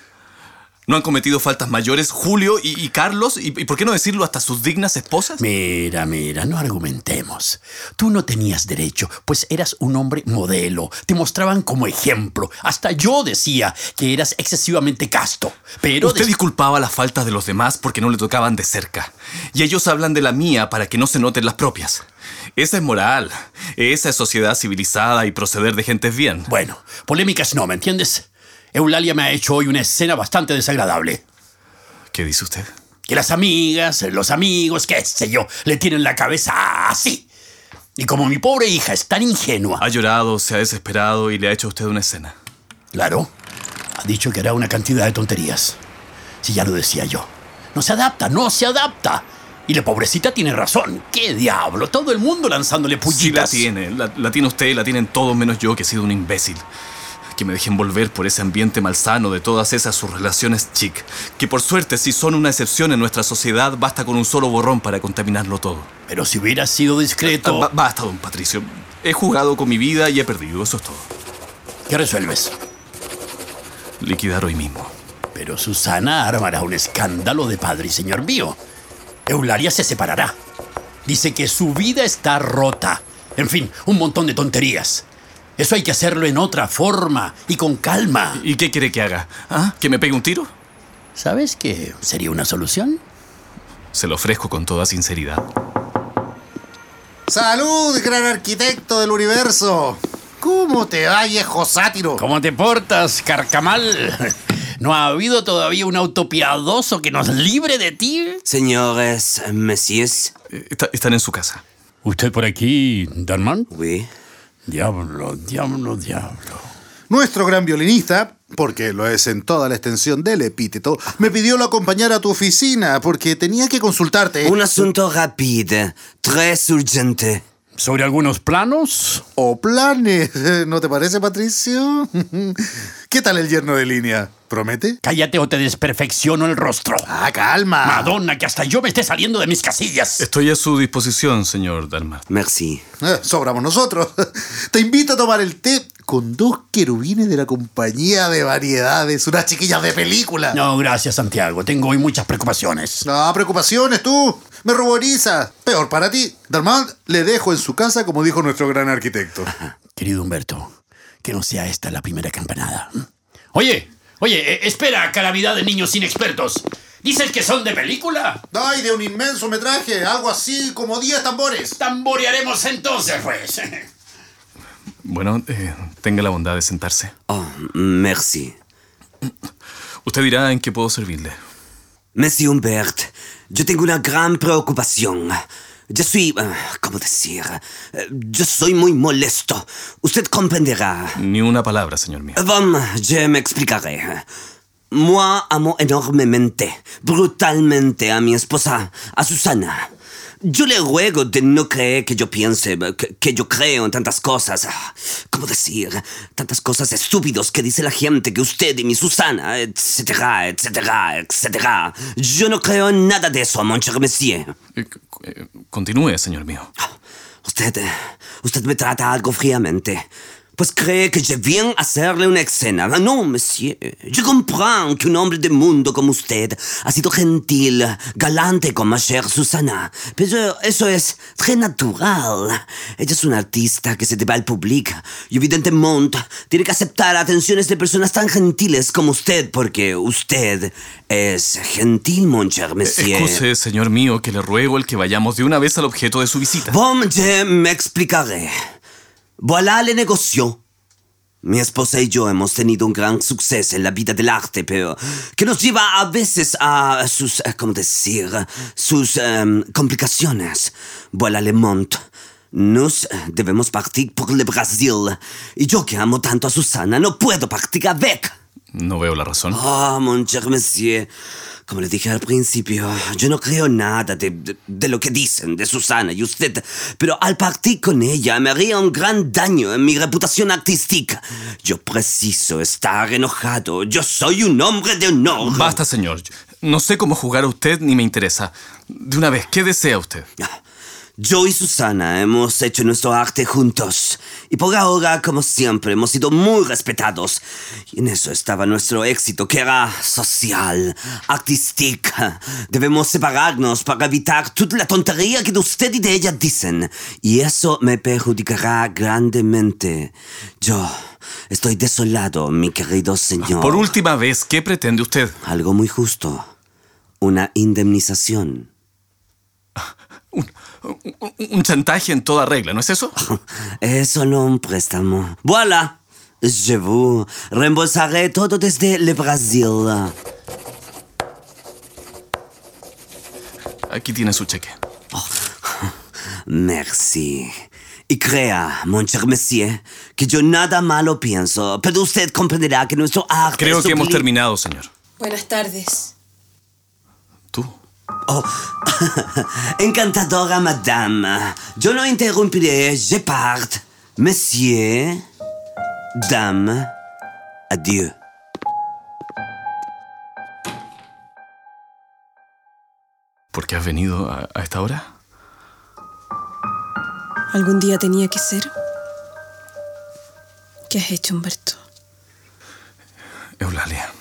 ¿No han cometido faltas mayores Julio y, y Carlos? ¿Y, ¿Y por qué no decirlo hasta sus dignas esposas?
Mira, mira, no argumentemos. Tú no tenías derecho, pues eras un hombre modelo. Te mostraban como ejemplo. Hasta yo decía que eras excesivamente casto. Pero
Usted
des-
disculpaba las faltas de los demás porque no le tocaban de cerca. Y ellos hablan de la mía para que no se noten las propias. Esa es moral. Esa es sociedad civilizada y proceder de gentes bien.
Bueno, polémicas no, ¿me entiendes? Eulalia me ha hecho hoy una escena bastante desagradable.
¿Qué dice usted?
Que las amigas, los amigos, qué sé yo, le tienen la cabeza así. Y como mi pobre hija es tan ingenua.
Ha llorado, se ha desesperado y le ha hecho a usted una escena.
Claro, ha dicho que hará una cantidad de tonterías. Si ya lo decía yo. No se adapta, no se adapta. Y la pobrecita tiene razón. ¡Qué diablo! Todo el mundo lanzándole
Sí la
pullitas.
tiene, la, la tiene usted, la tienen todos menos yo que he sido un imbécil. Que me dejen volver por ese ambiente malsano de todas esas sus relaciones chic. Que por suerte, si son una excepción en nuestra sociedad, basta con un solo borrón para contaminarlo todo.
Pero si hubiera sido discreto...
Ah, ba- basta, don Patricio. He jugado con mi vida y he perdido, eso es todo.
¿Qué resuelves?
Liquidar hoy mismo.
Pero Susana armará un escándalo de padre y señor mío. Eulalia se separará. Dice que su vida está rota. En fin, un montón de tonterías. Eso hay que hacerlo en otra forma y con calma.
¿Y qué quiere que haga? ¿Ah? ¿Que me pegue un tiro?
¿Sabes qué sería una solución?
Se lo ofrezco con toda sinceridad.
¡Salud, gran arquitecto del universo! ¿Cómo te va, viejo sátiro?
¿Cómo te portas, carcamal?
<laughs> ¿No ha habido todavía un autopiadoso que nos libre de ti?
Señores, messieurs.
están en su casa.
¿Usted por aquí, Darman?
Oui.
Diablo, diablo, diablo.
Nuestro gran violinista, porque lo es en toda la extensión del epíteto, me pidió lo acompañara a tu oficina porque tenía que consultarte.
Un asunto rápido, tres urgente.
¿Sobre algunos planos?
O planes, <laughs> ¿no te parece, Patricio? <laughs> ¿Qué tal el yerno de línea? ¿Promete?
Cállate o te desperfecciono el rostro.
Ah, calma.
Madonna, que hasta yo me esté saliendo de mis casillas.
Estoy a su disposición, señor Dalmat.
Merci.
Eh, sobramos nosotros. <laughs> Te invito a tomar el té con dos querubines de la compañía de variedades, unas chiquillas de película.
No, gracias, Santiago. Tengo hoy muchas preocupaciones.
No, preocupaciones tú. Me ruboriza. Peor para ti. Darmand, le dejo en su casa como dijo nuestro gran arquitecto.
<laughs> Querido Humberto, que no sea esta la primera campanada.
Oye, oye, eh, espera, calamidad de niños inexpertos. ¿Dices que son de película?
Ay, de un inmenso metraje, algo así como 10 tambores.
Tamborearemos entonces, pues. <laughs>
Bueno, eh, tenga la bondad de sentarse.
Oh, merci.
Usted dirá en qué puedo servirle.
Monsieur Humbert, yo tengo una gran preocupación. Yo soy... eh, ¿Cómo decir? Eh, Yo soy muy molesto. Usted comprenderá.
Ni una palabra, señor mío.
Bon, je m'explicaré. Moi amo enormemente, brutalmente a mi esposa, a Susana. Yo le ruego de no creer que yo piense, que, que yo creo en tantas cosas. ah, ¿Cómo decir? Tantas cosas estúpidas que dice la gente que usted y mi Susana, etcétera, etcétera, etcétera. Yo no creo en nada de eso, mon cher monsieur.
Eh, c- eh, Continúe, señor mío.
Usted, eh, usted me trata algo fríamente. pues cree que je viens a hacerle una escena. Ah, No, monsieur. Je comprends que un hombre de mundo como usted ha sido gentil, galante con ma chère Susana. Pero eso es très natural. Ella es una artista que se debe al público y evidentemente tiene que aceptar atenciones de personas tan gentiles como usted porque usted es gentil, mon
Eh,
cher monsieur.
Excuse, señor mío, que le ruego el que vayamos de una vez al objeto de su visita.
Bon, je m'explicaré. Voilà le negocio. Mi esposa y yo hemos tenido un gran suceso en la vida del arte, pero que nos lleva a veces a sus, eh, ¿cómo decir? Sus em, complicaciones. Voilà le monde. Nos eh, debemos partir por el Brasil. Y yo que amo tanto a Susana, no puedo partir avec.
No veo la razón.
Ah, mon cher monsieur. Como le dije al principio, yo no creo nada de, de- de lo que dicen de Susana y usted, pero al partir con ella me haría un gran daño en mi reputación artística. Yo preciso estar enojado. Yo soy un hombre de honor.
Basta, señor. No sé cómo jugar a usted ni me interesa. De una vez, ¿qué desea usted?
Ah, Yo y Susana hemos hecho nuestro arte juntos. Y por ahora, como siempre, hemos sido muy respetados. Y en eso estaba nuestro éxito, que era social, artística. Debemos separarnos para evitar toda la tontería que de usted y de ella dicen. Y eso me perjudicará grandemente. Yo estoy desolado, mi querido señor.
Ah, Por última vez, ¿qué pretende usted?
Algo muy justo. Una indemnización.
Un- Un chantaje en toda regla, ¿no es eso?
<laughs> Es solo un préstamo. Voilà. Je vous reembolsaré todo desde el Brasil.
Aquí tiene su cheque.
Oh. <laughs> Merci. Y crea, mon cher monsieur, que yo nada malo pienso, pero usted comprenderá que nuestro arte.
Creo
es
que hemos
supli-
terminado, señor.
Buenas tardes.
Oh. <laughs> Encantadora madame. Yo no interrumpiré, je part. Monsieur, dame, adieu.
¿Por qué has venido a, a esta hora?
Algún día tenía que ser. ¿Qué has hecho, Humberto?
Eulalia.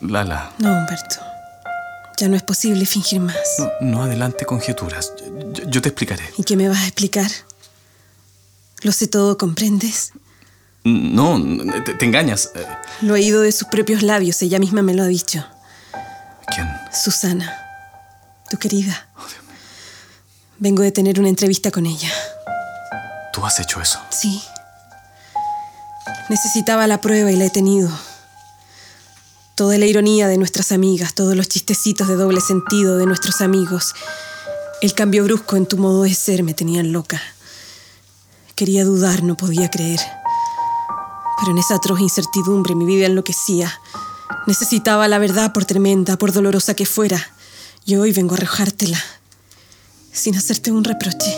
Lala,
No, Humberto. Ya no es posible fingir más.
no adelante conjeturas. Yo- yo- yo te explicaré.
¿Y qué me vas a explicar? Lo sé todo, ¿comprendes?
No, n- te, te engañas. Eh,
Lo he oído de sus propios labios, ella misma me lo ha dicho.
¿Quién?
Susana, tu querida. Vengo de tener una entrevista con ella.
Tú has hecho eso.
Sí. Necesitaba la prueba y la he tenido. Toda la ironía de nuestras amigas, todos los chistecitos de doble sentido de nuestros amigos. El cambio brusco en tu modo de ser me tenían loca. Quería dudar, no podía creer. Pero en esa atroz incertidumbre mi vida enloquecía. Necesitaba la verdad por tremenda, por dolorosa que fuera. Y hoy vengo a arrojártela. Sin hacerte un reproche.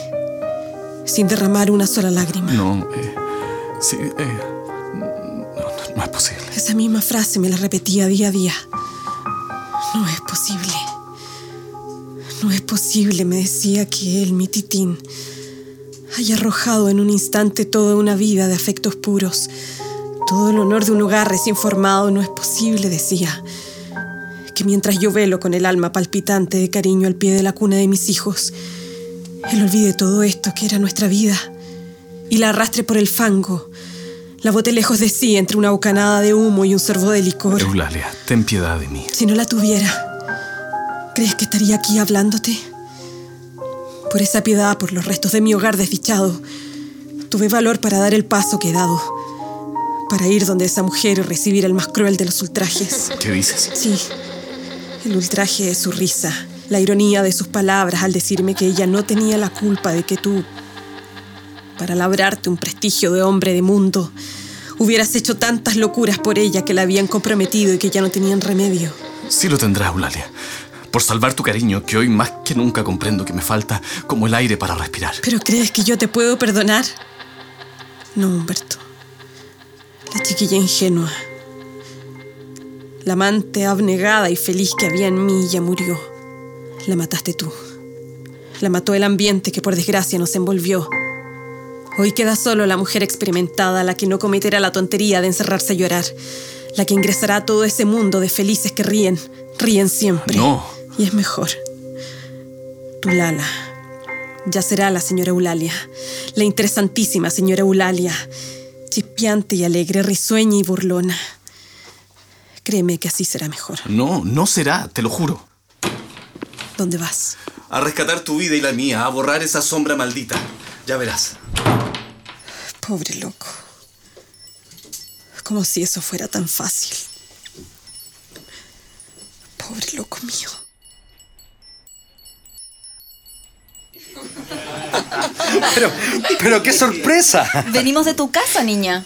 Sin derramar una sola lágrima.
No, eh, sí, eh, no, no- no es posible.
Esa misma frase me la repetía día a día. No es posible. No es posible, me decía que él, mi titín, haya arrojado en un instante toda una vida de afectos puros. Todo el honor de un hogar recién formado no es posible, decía. Que mientras yo velo con el alma palpitante de cariño al pie de la cuna de mis hijos, él olvide todo esto que era nuestra vida y la arrastre por el fango. La boté lejos de sí entre una bocanada de humo y un sorbo de licor.
Eulalia, ten piedad de mí.
Si no la tuviera, ¿crees que estaría aquí hablándote? Por esa piedad, por los restos de mi hogar desdichado, tuve valor para dar el paso que he dado. Para ir donde esa mujer y recibir el más cruel de los ultrajes.
¿Qué dices?
Sí, el ultraje de su risa, la ironía de sus palabras al decirme que ella no tenía la culpa de que tú, para labrarte un prestigio de hombre de mundo, hubieras hecho tantas locuras por ella que la habían comprometido y que ya no tenían remedio.
Sí lo tendrás, Eulalia. Por salvar tu cariño, que hoy más que nunca comprendo que me falta como el aire para respirar.
¿Pero crees que yo te puedo perdonar? No, Humberto. La chiquilla ingenua. La amante abnegada y feliz que había en mí ya murió. La mataste tú. La mató el ambiente que por desgracia nos envolvió. Hoy queda solo la mujer experimentada, la que no cometerá la tontería de encerrarse a llorar, la que ingresará a todo ese mundo de felices que ríen, ríen siempre.
No.
Y es mejor. Tu Lala. Ya será la señora Eulalia, la interesantísima señora Eulalia, chispeante y alegre, risueña y burlona. Créeme que así será mejor.
No, no será, te lo juro.
¿Dónde vas?
A rescatar tu vida y la mía, a borrar esa sombra maldita. Ya verás.
Pobre loco. Como si eso fuera tan fácil. Pobre loco mío.
Pero, pero qué sorpresa.
Venimos de tu casa, niña.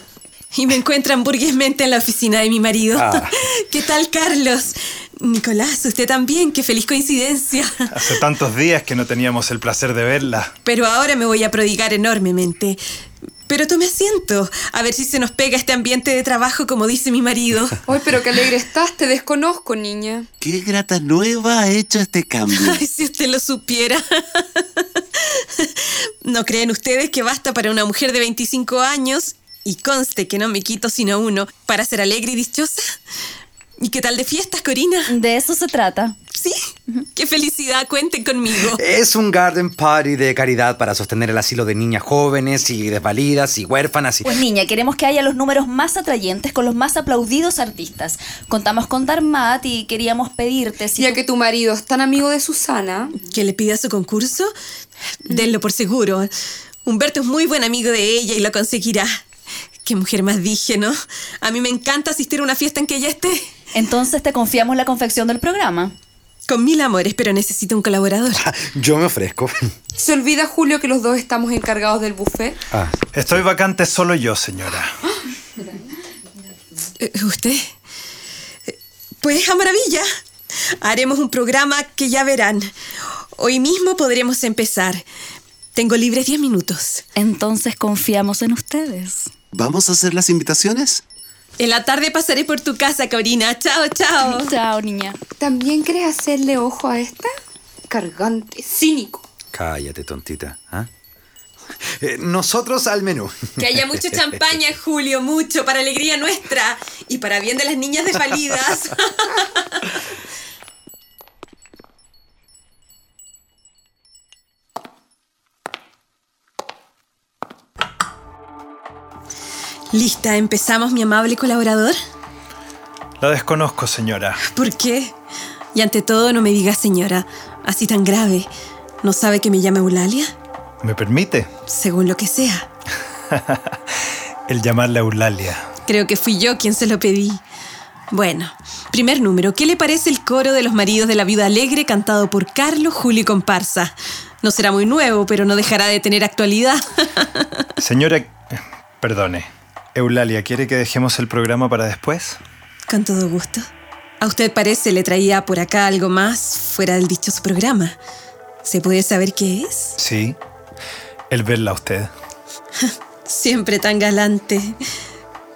Y me encuentran burguesmente en la oficina de mi marido.
Ah.
<laughs> ¿Qué tal, Carlos? Nicolás, usted también. Qué feliz coincidencia.
Hace tantos días que no teníamos el placer de verla.
Pero ahora me voy a prodigar enormemente. Pero tome asiento, a ver si se nos pega este ambiente de trabajo como dice mi marido.
Ay, pero qué alegre estás, te desconozco, niña.
Qué grata nueva ha hecho este
<laughs>
cambio.
Ay, si usted lo supiera. ¿No creen ustedes que basta para una mujer de 25 años, y conste que no me quito sino uno, para ser alegre y dichosa? ¿Y qué tal de fiestas, Corina?
De eso se trata.
Sí. ¡Qué felicidad! Cuenten conmigo.
Es un garden party de caridad para sostener el asilo de niñas jóvenes y desvalidas y huérfanas y...
Pues niña, queremos que haya los números más atrayentes con los más aplaudidos artistas. Contamos con Darmat y queríamos pedirte si...
Ya que tu marido es tan amigo de Susana.
¿Que le pida su concurso? Denlo por seguro. Humberto es muy buen amigo de ella y lo conseguirá. Qué mujer más dije, ¿no? A mí me encanta asistir a una fiesta en que ella esté.
Entonces te confiamos la confección del programa.
Con mil amores, pero necesito un
<laughs>
colaborador.
Yo
<laughs>
me ofrezco.
¿Se olvida, Julio, que los dos estamos encargados del buffet?
Ah. Estoy vacante solo yo, señora.
Eh, ¿Usted? Eh, Pues a maravilla. Haremos un programa que ya verán. Hoy mismo podremos empezar. Tengo libres 10 minutos.
Entonces confiamos en ustedes.
¿Vamos a hacer las invitaciones?
En la tarde pasaré por tu casa, Corina. Chao, chao.
Chao, niña.
¿También crees hacerle ojo a esta? Cargante, cínico.
Cállate, tontita. ¿ah? Eh, nosotros al menú.
Que haya mucho champaña, Julio, mucho, para alegría nuestra y para bien de las niñas desvalidas. <laughs> Lista, empezamos, mi amable colaborador.
La desconozco, señora.
¿Por qué? Y ante todo, no me digas señora, así tan grave. ¿No sabe que me llama Eulalia?
¿Me permite?
Según lo que sea.
El llamarla Eulalia.
Creo que fui yo quien se lo pedí. Bueno, primer número, ¿qué le parece el coro de los maridos de la viuda alegre cantado por Carlos, Julio y Comparsa? No será muy nuevo, pero no dejará de tener actualidad.
Señora, eh, perdone. Eulalia, ¿quiere que dejemos el programa para después?
Con todo gusto. ¿A usted parece le traía por acá algo más fuera del dichoso programa? ¿Se puede saber qué es? <laughs>
Sí. El verla a usted.
Siempre tan galante.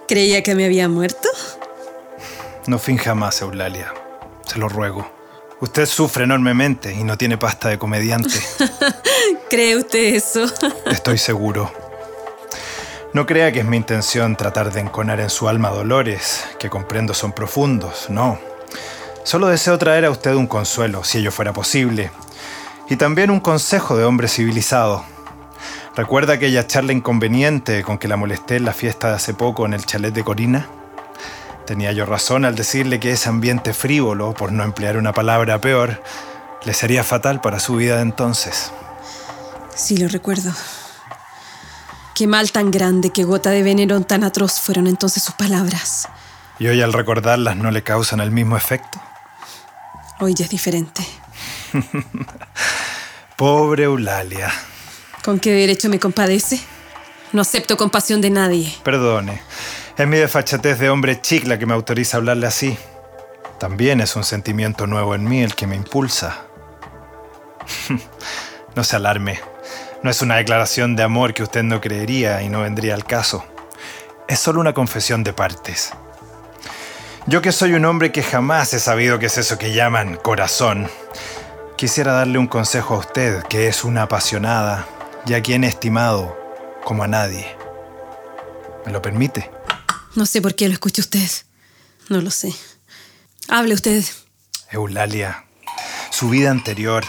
Creía que me había muerto. <laughs>
No finja más, Eulalia. Se lo ruego. Usted sufre enormemente y no tiene pasta de comediante.
¿Cree usted eso? <laughs>
Estoy seguro. No crea que es mi intención tratar de enconar en su alma dolores que comprendo son profundos, no. Solo deseo traer a usted un consuelo, si ello fuera posible, y también un consejo de hombre civilizado. ¿Recuerda aquella charla inconveniente con que la molesté en la fiesta de hace poco en el chalet de Corina? Tenía yo razón al decirle que ese ambiente frívolo, por no emplear una palabra peor, le sería fatal para su vida de entonces.
Sí, lo recuerdo. Qué mal tan grande, qué gota de veneno tan atroz fueron entonces sus palabras.
¿Y hoy al recordarlas no le causan el mismo efecto?
Hoy ya es diferente.
Pobre Eulalia.
¿Con qué derecho me compadece? No acepto compasión de nadie.
Perdone. Es mi desfachatez de hombre chicla que me autoriza a hablarle así. También es un sentimiento nuevo en mí el que me impulsa. <laughs> no se alarme. No es una declaración de amor que usted no creería y no vendría al caso. Es solo una confesión de partes. Yo que soy un hombre que jamás he sabido qué es eso que llaman corazón, quisiera darle un consejo a usted que es una apasionada y a quien he estimado como a nadie. ¿Me lo permite?
No sé por qué lo escucha usted. No lo sé. Hable usted.
Eulalia, su vida anterior,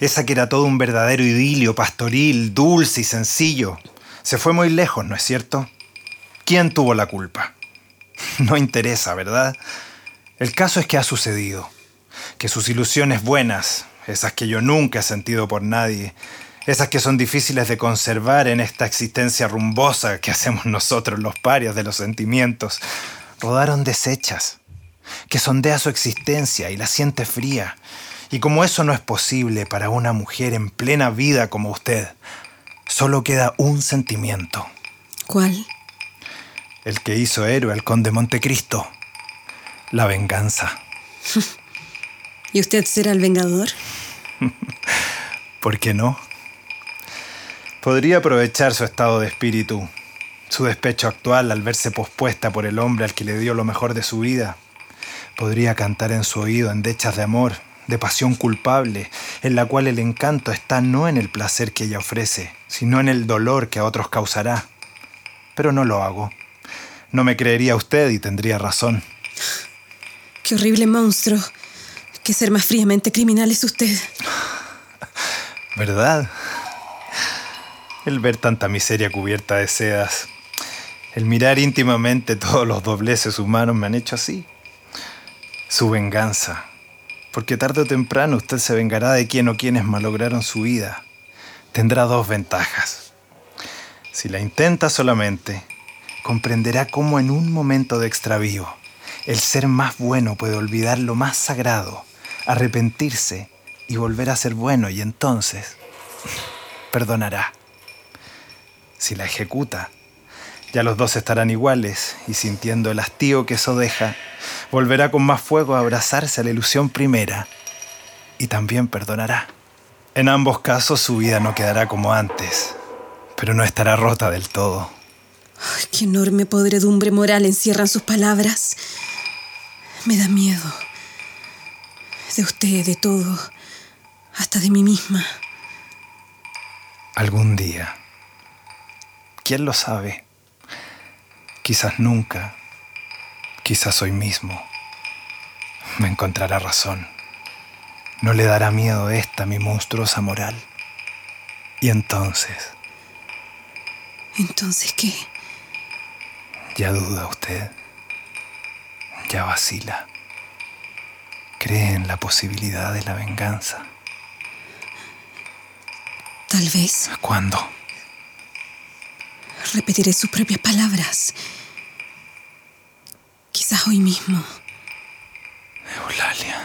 esa que era todo un verdadero idilio pastoril, dulce y sencillo, se fue muy lejos, ¿no es cierto? ¿Quién tuvo la culpa? <laughs> No interesa, ¿verdad? El caso es que ha sucedido, que sus ilusiones buenas, esas que yo nunca he sentido por nadie, esas que son difíciles de conservar en esta existencia rumbosa que hacemos <laughs> nosotros los parias de los sentimientos, rodaron deshechas que sondea su existencia y la siente fría. Y como eso no es posible para una mujer en plena vida como usted, solo queda un sentimiento,
¿Cuál? <laughs>
el que hizo héroe al conde Montecristo, la venganza.
¿Y usted será el vengador?
¿Por qué no? Podría aprovechar su estado de espíritu, su despecho actual al verse pospuesta por el hombre al que le dio lo mejor de su vida. Podría cantar en su oído endechas de amor, de pasión culpable, en la cual el encanto está no en el placer que ella ofrece, sino en el dolor que a otros causará. Pero no lo hago. No me creería usted y tendría razón.
Qué horrible monstruo. Que ser más fríamente criminal es usted.
¿Verdad? El ver tanta miseria cubierta de sedas, el mirar íntimamente todos los dobleces humanos me han hecho así. Su venganza. Porque tarde o temprano usted se vengará de quien o quienes malograron su vida. Tendrá dos ventajas. Si la intenta solamente, comprenderá cómo en un momento de extravío, el ser más bueno puede olvidar lo más sagrado, arrepentirse y volver a ser bueno y entonces perdonará. Si la ejecuta, ya los dos estarán iguales y sintiendo el hastío que eso deja, volverá con más fuego a abrazarse a la ilusión primera y también perdonará. En ambos casos su vida no quedará como antes, pero no estará rota del todo.
Ay, qué enorme podredumbre moral encierran sus palabras. Me da miedo. De usted, de todo. Hasta de mí misma.
Algún día. ¿Quién lo sabe? Quizás nunca, quizás hoy mismo, me encontrará razón. No le dará miedo esta mi monstruosa moral. Y entonces,
Entonces, ¿qué?
ya duda usted, ya vacila, cree en la posibilidad de la venganza.
Tal vez
¿Cuándo?
repetiré sus propias palabras. Quizás hoy mismo.
Eulalia.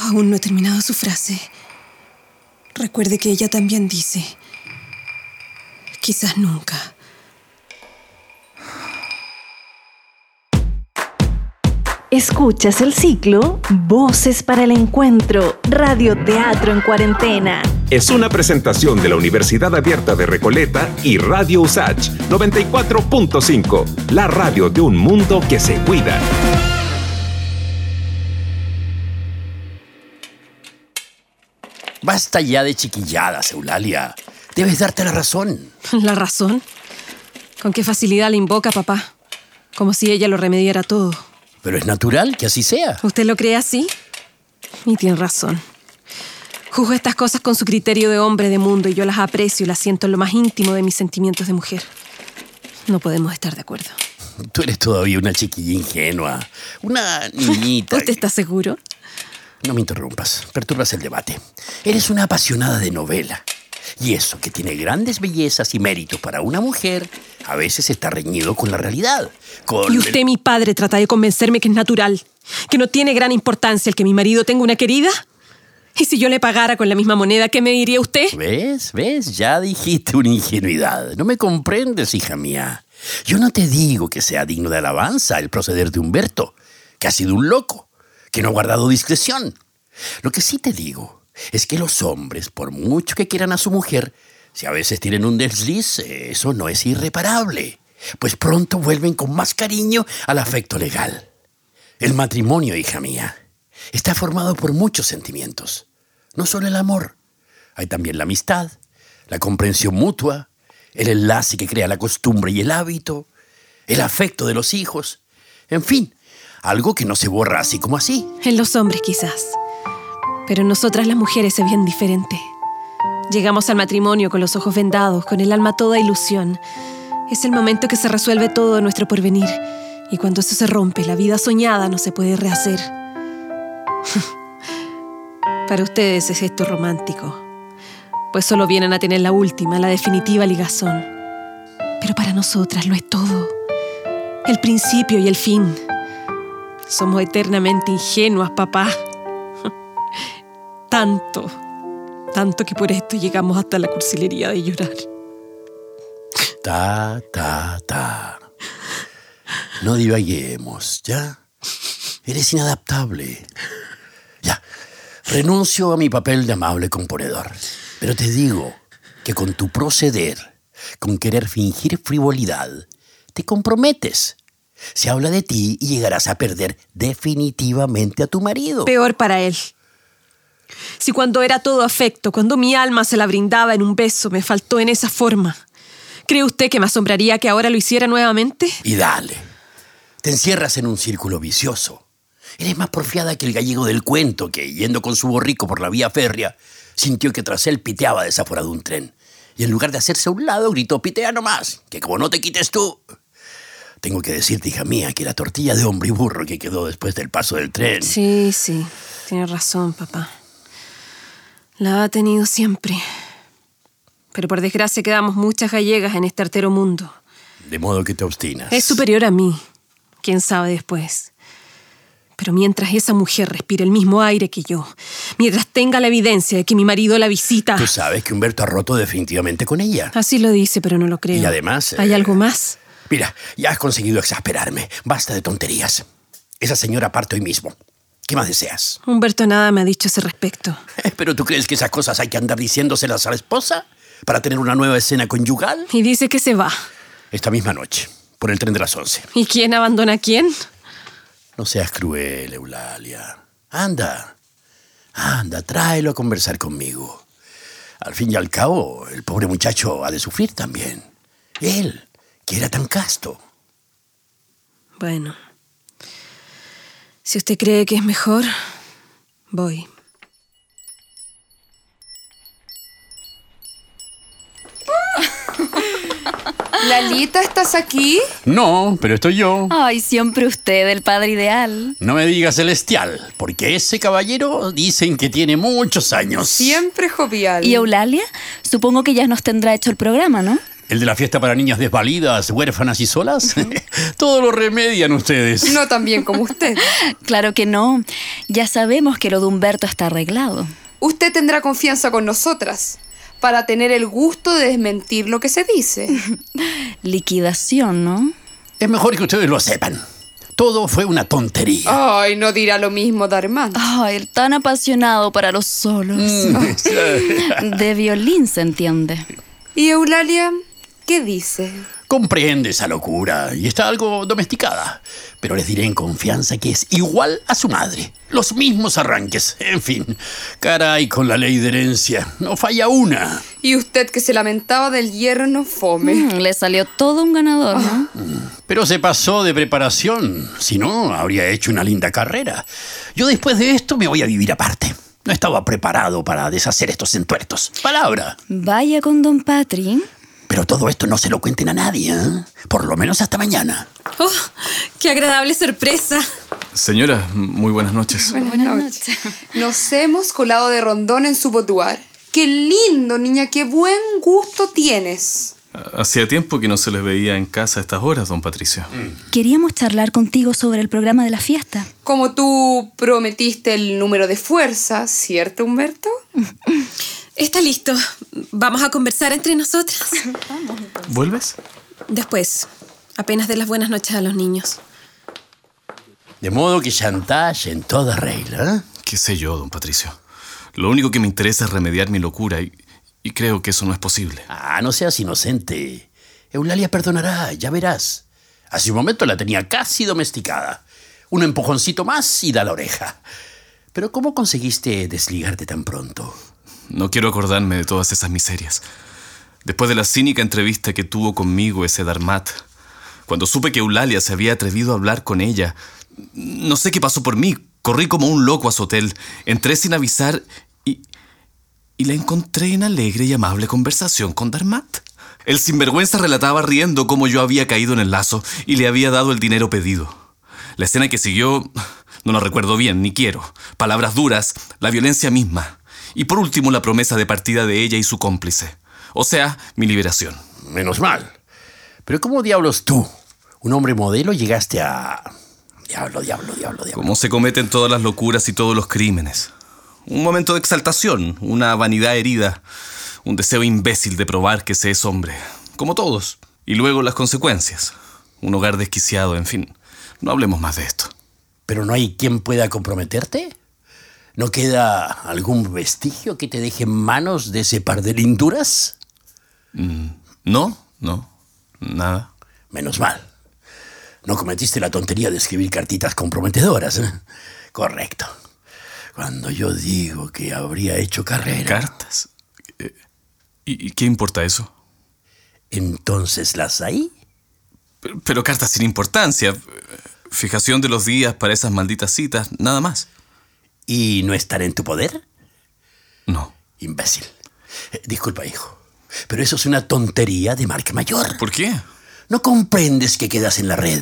Aún no he terminado su frase. Recuerde que ella también dice, quizás nunca.
Escuchas el ciclo Voces para el Encuentro, Radioteatro en Cuarentena.
Es una presentación de la Universidad Abierta de Recoleta y Radio USACH 94.5, la radio de un mundo que se cuida.
Basta ya de chiquilladas, Eulalia. Debes darte la razón.
<laughs> ¿La razón? Con qué facilidad la invoca, papá. Como si ella lo remediara todo.
Pero es natural que así sea.
¿Usted lo cree así? Y tiene razón. Juzgo estas cosas con su criterio de hombre de mundo y yo las aprecio y las siento en lo más íntimo de mis sentimientos de mujer. No podemos estar de acuerdo.
Tú eres todavía una chiquilla ingenua. Una niñita.
¿Usted está seguro?
No me interrumpas, perturbas el debate. Eres una apasionada de novela. Y eso, que tiene grandes bellezas y méritos para una mujer, a veces está reñido con la realidad. Con
Y
el-
usted, mi padre, trata de convencerme que es natural, que no tiene gran importancia el que mi marido tenga una querida. ¿Y si yo le pagara con la misma moneda, qué me diría usted?
Pues ¿Ves? ¿Ves? Ya dijiste una ingenuidad. No me comprendes, hija mía. Yo no te digo que sea digno de alabanza el proceder de Humberto, que ha sido un loco, que no ha guardado discreción. Lo que sí te digo es que los hombres, por mucho que quieran a su mujer, si a veces tienen un desliz, eso no es irreparable, pues pronto vuelven con más cariño al afecto legal. El matrimonio, hija mía, está formado por muchos sentimientos, no solo el amor, hay también la amistad, la comprensión mutua, el enlace que crea la costumbre y el hábito, el afecto de los hijos, en fin, algo que no se borra así como así.
En los hombres quizás. Pero en nosotras las mujeres es bien diferente. Llegamos al matrimonio con los ojos vendados, con el alma toda ilusión. Es el momento que se resuelve todo nuestro porvenir. Y cuando eso se rompe, la vida soñada no se puede rehacer. <laughs> Para ustedes es esto romántico. Pues solo vienen a tener la última, la definitiva ligazón. Pero para nosotras lo es todo. El principio y el fin. Somos eternamente ingenuas, papá. Tanto, tanto que por esto llegamos hasta la cursilería de llorar.
Ta, ta, ta. No divaguemos, ¿ya? Eres inadaptable. Ya, renuncio a mi papel de amable componedor. Pero te digo que con tu proceder, con querer fingir frivolidad, te comprometes. Se habla de ti y llegarás a perder definitivamente a tu marido.
Peor para él. Si cuando era todo afecto, cuando mi alma se la brindaba en un beso, me faltó en esa forma, ¿cree usted que me asombraría que ahora lo hiciera nuevamente?
Y dale. Te encierras en un círculo vicioso. Eres más porfiada que el gallego del cuento que, yendo con su borrico por la vía férrea, sintió que tras él piteaba desaforado un tren. Y en lugar de hacerse a un lado, gritó, pitea nomás, que como no te quites tú... Tengo que decirte, hija mía, que la tortilla de hombre y burro que quedó después del paso del tren...
Sí, sí, tiene razón, papá. La ha tenido siempre. Pero por desgracia quedamos muchas gallegas en este artero mundo.
De modo que te obstinas.
Es superior a mí. Quién sabe después. Pero mientras esa mujer respire el mismo aire que yo, mientras tenga la evidencia de que mi marido la visita.
Tú sabes que Humberto ha roto definitivamente con ella.
Así lo dice, pero no lo creo.
Y además... eh,
¿Hay algo más?
Mira, ya has conseguido exasperarme. Basta de tonterías. Esa señora parte hoy mismo. ¿Qué más deseas? <laughs>
Humberto nada me ha dicho a ese respecto.
¿Pero tú crees que esas cosas hay que andar diciéndoselas a la esposa para tener una nueva escena conyugal?
Y dice que se va.
Esta misma noche, por el tren de las 11.
¿Y quién abandona a quién?
No seas cruel, Eulalia. Anda, anda, tráelo a conversar conmigo. Al fin y al cabo, el pobre muchacho ha de sufrir también. Él, que era tan casto.
Bueno. Si usted cree que es mejor, voy.
Lalita, ¿estás aquí?
No, pero estoy yo.
Ay, siempre usted, el padre ideal.
No me diga celestial, porque ese caballero dicen que tiene muchos años.
Siempre jovial.
¿Y Eulalia? Supongo que ya nos tendrá hecho el programa, ¿no?
¿El de la fiesta para niñas desvalidas, huérfanas y solas? <laughs> Todo lo remedian ustedes.
No tan bien como usted.
<laughs> Claro que no. Ya sabemos que lo de Humberto está arreglado.
Usted tendrá confianza con nosotras para tener el gusto de desmentir lo que se
<laughs>
dice.
Liquidación, ¿no?
Es mejor que ustedes lo sepan. Todo fue una tontería.
Ay, no dirá lo mismo Darman.
Ay, el tan apasionado para los solos.
Mm.
De violín se entiende.
¿Y Eulalia qué dice?
<laughs> Comprende esa locura y está algo domesticada. Pero les diré en confianza que es igual a su madre. Los mismos arranques. En fin, caray con la ley de herencia. No falla una.
Y usted que se lamentaba del hierro no fome.
Mm, le salió todo un ganador, ¿no?
Pero se pasó de preparación. Si no, habría hecho una linda carrera. Yo después de esto me voy a vivir aparte. No estaba preparado para deshacer estos entuertos. Palabra.
Vaya con don Patri.
Pero todo esto no se lo cuenten a nadie, ¿eh? Por lo menos hasta mañana.
¡Oh! ¡Qué agradable sorpresa!
Señora, muy buenas noches.
Buenas, noches. Nos hemos colado de rondón en su boudoir. ¡Qué lindo, niña! ¡Qué buen gusto tienes!
Hacía tiempo que no se les veía en casa a estas horas, don Patricio.
Queríamos charlar contigo sobre el programa de la fiesta.
Como tú prometiste el número de fuerza, ¿cierto,
<laughs>
Humberto?
Está listo. Vamos a conversar entre nosotras.
¿Vuelves?
Después. Apenas de las buenas noches a los niños.
De modo que chantaje en toda regla. ¿eh?
¿Qué sé yo, don Patricio? Lo único que me interesa es remediar mi locura y, y creo que eso no es posible.
Ah, no seas inocente. Eulalia perdonará, ya verás. Hace un momento la tenía casi domesticada. Un empujoncito más y da la oreja. Pero ¿cómo conseguiste desligarte tan pronto?
No quiero acordarme de todas esas miserias. Después de la cínica entrevista que tuvo conmigo ese Darmat, cuando supe que Eulalia se había atrevido a hablar con ella, no sé qué pasó por mí. Corrí como un loco a su hotel, entré sin avisar y, y la encontré en alegre y amable conversación con Darmat. El sinvergüenza relataba riendo cómo yo había caído en el lazo y le había dado el dinero pedido. La escena que siguió no la recuerdo bien, ni quiero. Palabras duras, la violencia misma. Y por último la promesa de partida de ella y su cómplice. O sea, mi liberación.
Menos mal. Pero ¿cómo diablos tú, un hombre modelo, llegaste a... Diablo, diablo, diablo, diablo.
Como se cometen todas las locuras y todos los crímenes. Un momento de exaltación, una vanidad herida, un deseo imbécil de probar que se es hombre, como todos. Y luego las consecuencias. Un hogar desquiciado, en fin. No hablemos más de esto.
¿Pero no hay quien pueda comprometerte? ¿No queda algún vestigio que te deje en manos de ese par de linduras?
Mm, no, no, nada.
Menos mal. No cometiste la tontería de escribir cartitas comprometedoras. ¿eh? Correcto. Cuando yo digo que habría hecho carrera.
¿Cartas? ¿Y, y qué importa eso?
Entonces las hay.
Pero, pero cartas sin importancia. eh, Fijación de los días para esas malditas citas, nada más.
¿Y no estar en tu poder?
No.
Imbécil. Eh, Disculpa, hijo. Pero eso es una tontería de marca mayor.
¿Por qué?
No comprendes que quedas en la red.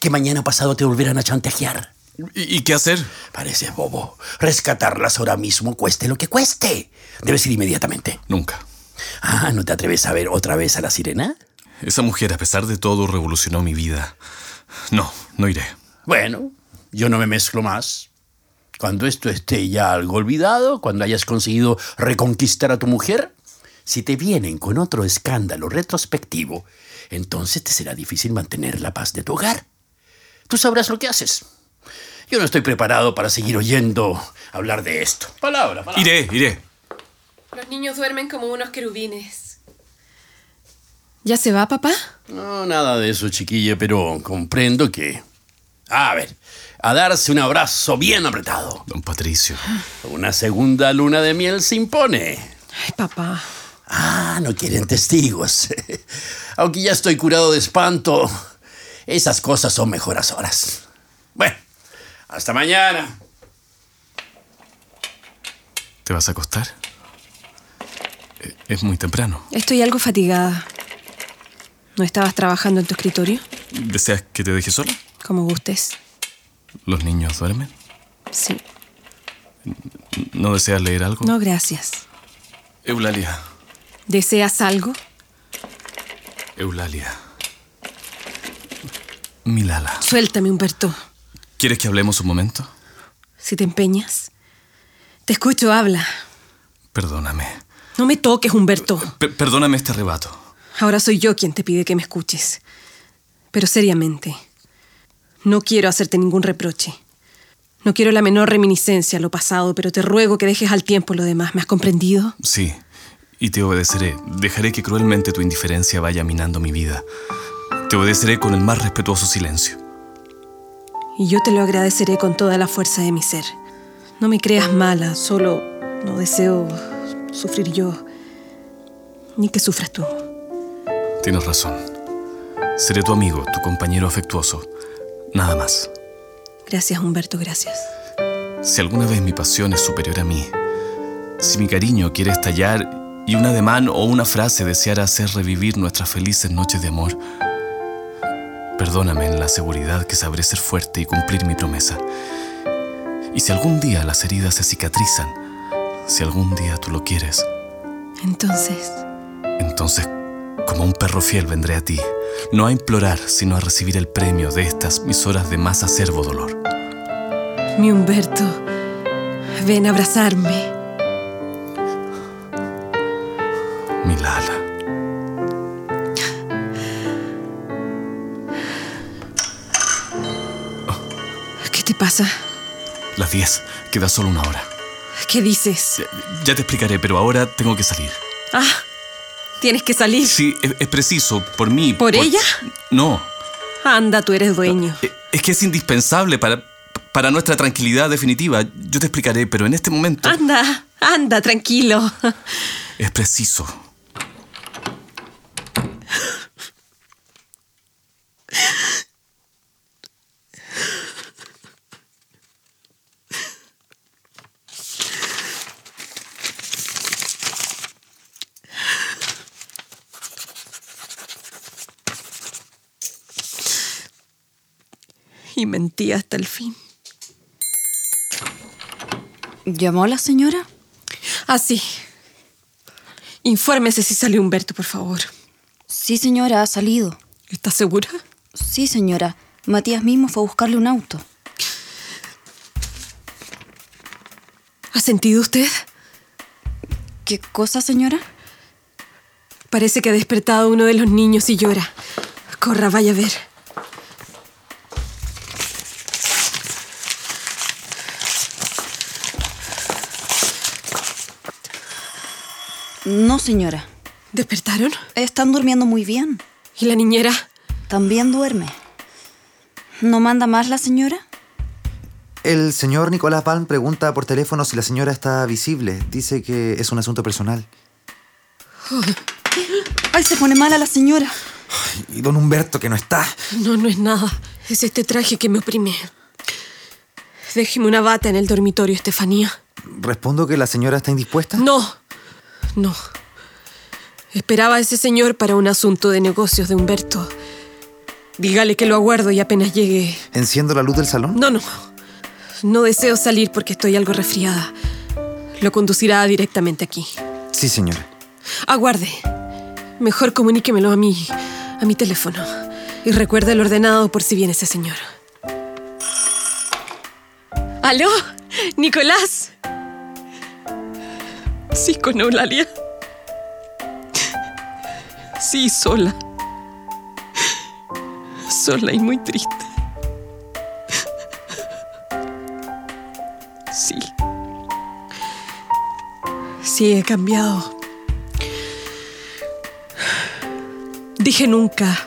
Que mañana pasado te volverán a chantajear.
¿Y, y qué hacer?
Pareces bobo. Rescatarlas ahora mismo, cueste lo que cueste. Debes ir inmediatamente.
Nunca.
Ah, ¿no te atreves a ver otra vez a la sirena?
Esa mujer, a pesar de todo, revolucionó mi vida. No, no iré.
Bueno, yo no me mezclo más. Cuando esto esté ya algo olvidado, cuando hayas conseguido reconquistar a tu mujer, si te vienen con otro escándalo retrospectivo, entonces te será difícil mantener la paz de tu hogar. Tú sabrás lo que haces. Yo no estoy preparado para seguir oyendo hablar de esto. Palabra, palabra.
Iré, iré.
Los niños duermen como unos querubines. ¿Ya se va, papá?
No, nada de eso, chiquilla, pero comprendo que... A ver, a darse un abrazo bien apretado.
Don Patricio.
Una segunda luna de miel se impone.
Ay, papá.
Ah, no quieren testigos. <laughs> Aunque ya estoy curado de espanto, esas cosas son mejoras horas. Bueno, hasta mañana.
¿Te vas a acostar? Eh, Es muy temprano.
Estoy algo fatigada. ¿No estabas trabajando en tu escritorio?
¿Deseas que te deje sola?
Como gustes.
¿Los niños duermen?
Sí.
¿No deseas leer algo?
No, gracias.
Eulalia,
¿Deseas algo?
Eulalia. Milala.
Suéltame, Humberto.
¿Quieres que hablemos un momento?
Si te empeñas. Te escucho, habla.
Perdóname.
No me toques, Humberto.
Pe- perdóname este arrebato.
Ahora soy yo quien te pide que me escuches. Pero seriamente, no quiero hacerte ningún reproche. No quiero la menor reminiscencia a lo pasado, pero te ruego que dejes al tiempo lo demás. ¿Me has comprendido?
Sí, y te obedeceré. Dejaré que cruelmente tu indiferencia vaya minando mi vida. Te obedeceré con el más respetuoso silencio.
Y yo te lo agradeceré con toda la fuerza de mi ser. No me creas mala, solo no deseo sufrir yo, ni que sufras tú.
Tienes razón. Seré tu amigo, tu compañero afectuoso. Nada más.
Gracias, Humberto, gracias.
Si alguna vez mi pasión es superior a mí, si mi cariño quiere estallar y un ademán o una frase deseara hacer revivir nuestras felices noches de amor, perdóname en la seguridad que sabré ser fuerte y cumplir mi promesa. Y si algún día las heridas se cicatrizan, si algún día tú lo quieres,
Entonces,
entonces como un perro fiel vendré a ti, no a implorar, sino a recibir el premio de estas mis horas de más acervo dolor.
mi Humberto, ven a abrazarme.
Mi Lala.
¿Qué te pasa?
Las 10. Queda solo una hora.
¿Qué dices?
Ya te explicaré, pero ahora tengo que salir.
Ah, tienes que salir.
Sí, es, es preciso, por mí.
¿Por ella?
No, e,
Anda, tú eres dueño.
es que es indispensable para, para nuestra tranquilidad definitiva. Yo te explicaré, pero en este momento
Anda, anda, tranquilo.
es preciso.
Y mentí hasta el fin. ¿Llamó la señora? Ah, sí. Infórmese si salió Humberto, por favor.
Sí, señora, ha salido.
¿Estás segura?
Sí, señora. Matías mismo fue a buscarle un auto.
¿Ha sentido usted?
¿Qué cosa, señora?
Parece que ha despertado uno de los niños y llora. Corra, vaya a ver.
No, señora.
¿Despertaron?
Están durmiendo muy bien.
¿Y la niñera?
También duerme. ¿No manda más la señora?
El señor Nicolás Palm pregunta por teléfono si la señora está visible. Dice que es un asunto personal.
Oh.
Ay, se pone mala la señora.
Y don Humberto, que no está.
No, no es nada. Es este traje que me oprime. Déjeme una bata en el dormitorio, Estefanía.
Respondo que la señora está indispuesta.
No, no. Esperaba a ese señor para un asunto de negocios de Humberto. Dígale que lo aguardo y apenas llegue.
Enciendo la luz del salón.
No, no. No deseo salir porque estoy algo resfriada. Lo conducirá directamente aquí.
Sí, señora.
Aguarde. Mejor comuníquemelo a mí, a mi teléfono. Y recuerde el ordenado por si viene ese señor. ¿Aló? ¿Nicolás?
Sí, con Eulalia. Sí, sola. Sola y muy triste. Sí.
Sí, he cambiado. Dije nunca,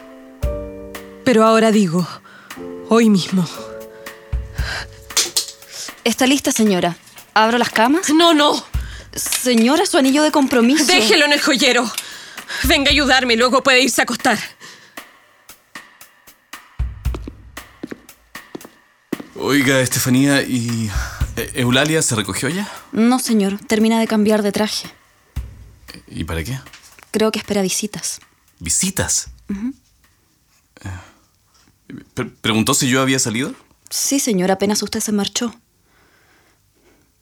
pero ahora digo, hoy mismo.
¿Está lista, señora? ¿Abro las camas?
No, no.
Señora, su anillo de compromiso.
Déjelo en el joyero. Venga a ayudarme, luego puede irse a acostar.
Oiga, Estefanía, ¿y eh, Eulalia se recogió ya?
No, señor. Termina de cambiar de traje.
¿Y para qué?
Creo que espera visitas.
¿Visitas?
Ujú.
Pre- ¿Preguntó si yo había salido?
Sí, señor. Apenas usted se marchó.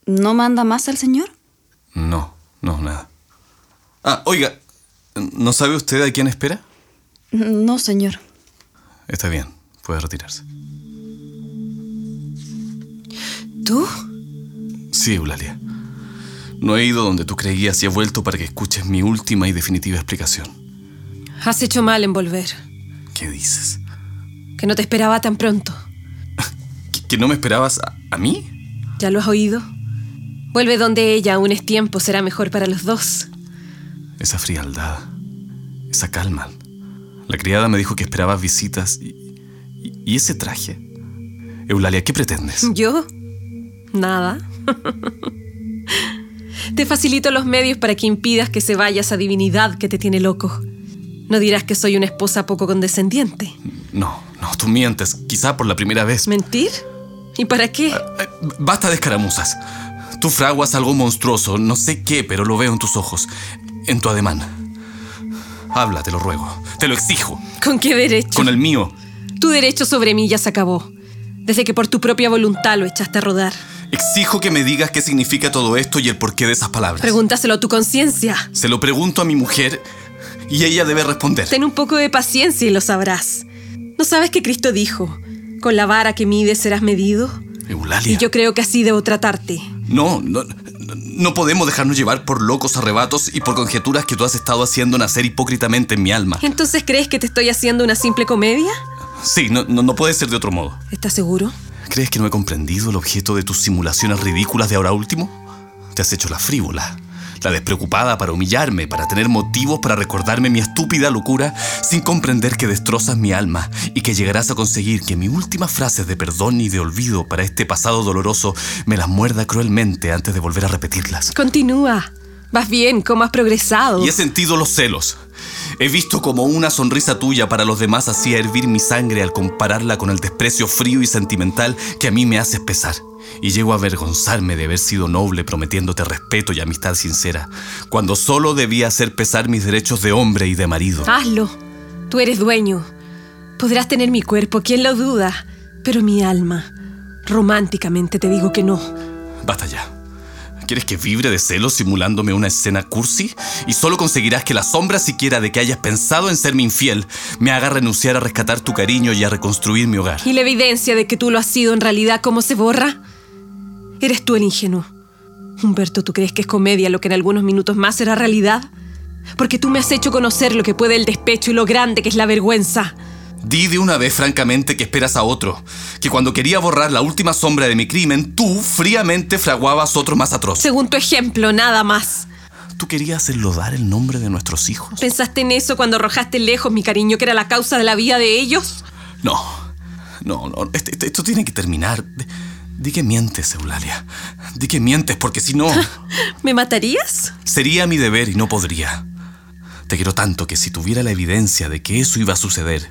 ¿No manda más el señor?
No, no, nada. Ah, oiga, ¿no sabe usted a quién espera?
No, señor.
Está bien, puede retirarse.
¿Tú?
Sí, Eulalia. No he ido donde tú creías y he vuelto para que escuches mi última y definitiva explicación.
Has hecho mal en volver.
¿Qué dices?
Que no te esperaba tan pronto.
¿Que, que no me esperabas a, a mí?
¿Ya lo has oído? Vuelve donde ella, aún es tiempo, será mejor para los dos.
Esa frialdad, esa calma. La criada me dijo que esperabas visitas y, y- y ese traje. Eulalia, ¿qué pretendes?
¿Yo? Nada. <laughs> te facilito los medios para que impidas que se vaya esa divinidad que te tiene loco. No dirás que soy una esposa poco condescendiente.
No, no, tú mientes, quizá por la primera vez.
¿Mentir? ¿Y para qué?
Basta de escaramuzas. Tú fraguas algo monstruoso, no sé qué, pero lo veo en tus ojos, en tu ademán. Habla, te lo ruego, te lo exijo,
¿Con qué derecho?
con el mío.
Tu derecho sobre mí ya se acabó. Desde que por tu propia voluntad lo echaste a rodar.
Exijo que me digas qué significa todo esto y el porqué de esas palabras.
Pregúntaselo a tu conciencia.
Se lo pregunto a mi mujer y ella debe responder.
Ten un poco de paciencia y lo sabrás. ¿No sabes que Cristo dijo? Con la vara que mides serás medido. Y
Eulalia,
yo creo que así debo tratarte.
no, no, no podemos dejarnos llevar por locos arrebatos y por conjeturas que tú has estado haciendo nacer hipócritamente en mi alma.
¿Entonces crees que te estoy haciendo una simple comedia?
Sí, no, no, no puede ser de otro modo.
¿Estás seguro?
¿Crees que no he comprendido el objeto de tus simulaciones ridículas de ahora último? Te has hecho la frívola, la despreocupada para humillarme, para tener motivos para recordarme mi estúpida locura, sin comprender que destrozas mi alma y que llegarás a conseguir que mis últimas frases de perdón y de olvido para este pasado doloroso me las muerda cruelmente antes de volver a repetirlas.
Continúa. Vas bien, ¿cómo has progresado?
Y he sentido los celos. He visto como una sonrisa tuya para los demás hacía hervir mi sangre al compararla con el desprecio frío y sentimental que a mí me haces pesar. Y llego a avergonzarme de haber sido noble prometiéndote respeto y amistad sincera, cuando solo debía hacer pesar mis derechos de hombre y de
Ah.
marido.
Hazlo. Tú eres dueño. Podrás tener mi cuerpo, ¿quién lo duda? Pero mi alma, románticamente te digo que no.
Basta ya. ¿Quieres que vibre de celos simulándome una escena cursi? Y solo conseguirás que la sombra siquiera de que hayas pensado en serme infiel me haga renunciar a rescatar tu cariño y a reconstruir mi hogar.
¿Y la evidencia de que tú lo has sido en realidad cómo se borra? Eres tú el ingenuo. Humberto, ¿tú crees que es comedia lo que en algunos minutos más será realidad? Porque tú me has hecho conocer lo que puede el despecho y lo grande que es la vergüenza.
Di de una vez francamente que esperas a otro, que cuando quería borrar la última sombra de mi crimen, tú fríamente fraguabas otro más atroz.
Según tu ejemplo, nada más.
¿Tú querías enlodar el nombre de nuestros hijos?
¿Pensaste en eso cuando arrojaste lejos mi cariño, que era la causa de la vida de ellos?
No, no, no, este- este- esto tiene que terminar. Di- Di que mientes, Eulalia. Di que mientes, porque si no...
¿Me matarías?
Sería mi deber y no podría. Te quiero tanto que si tuviera la evidencia de que eso iba a suceder,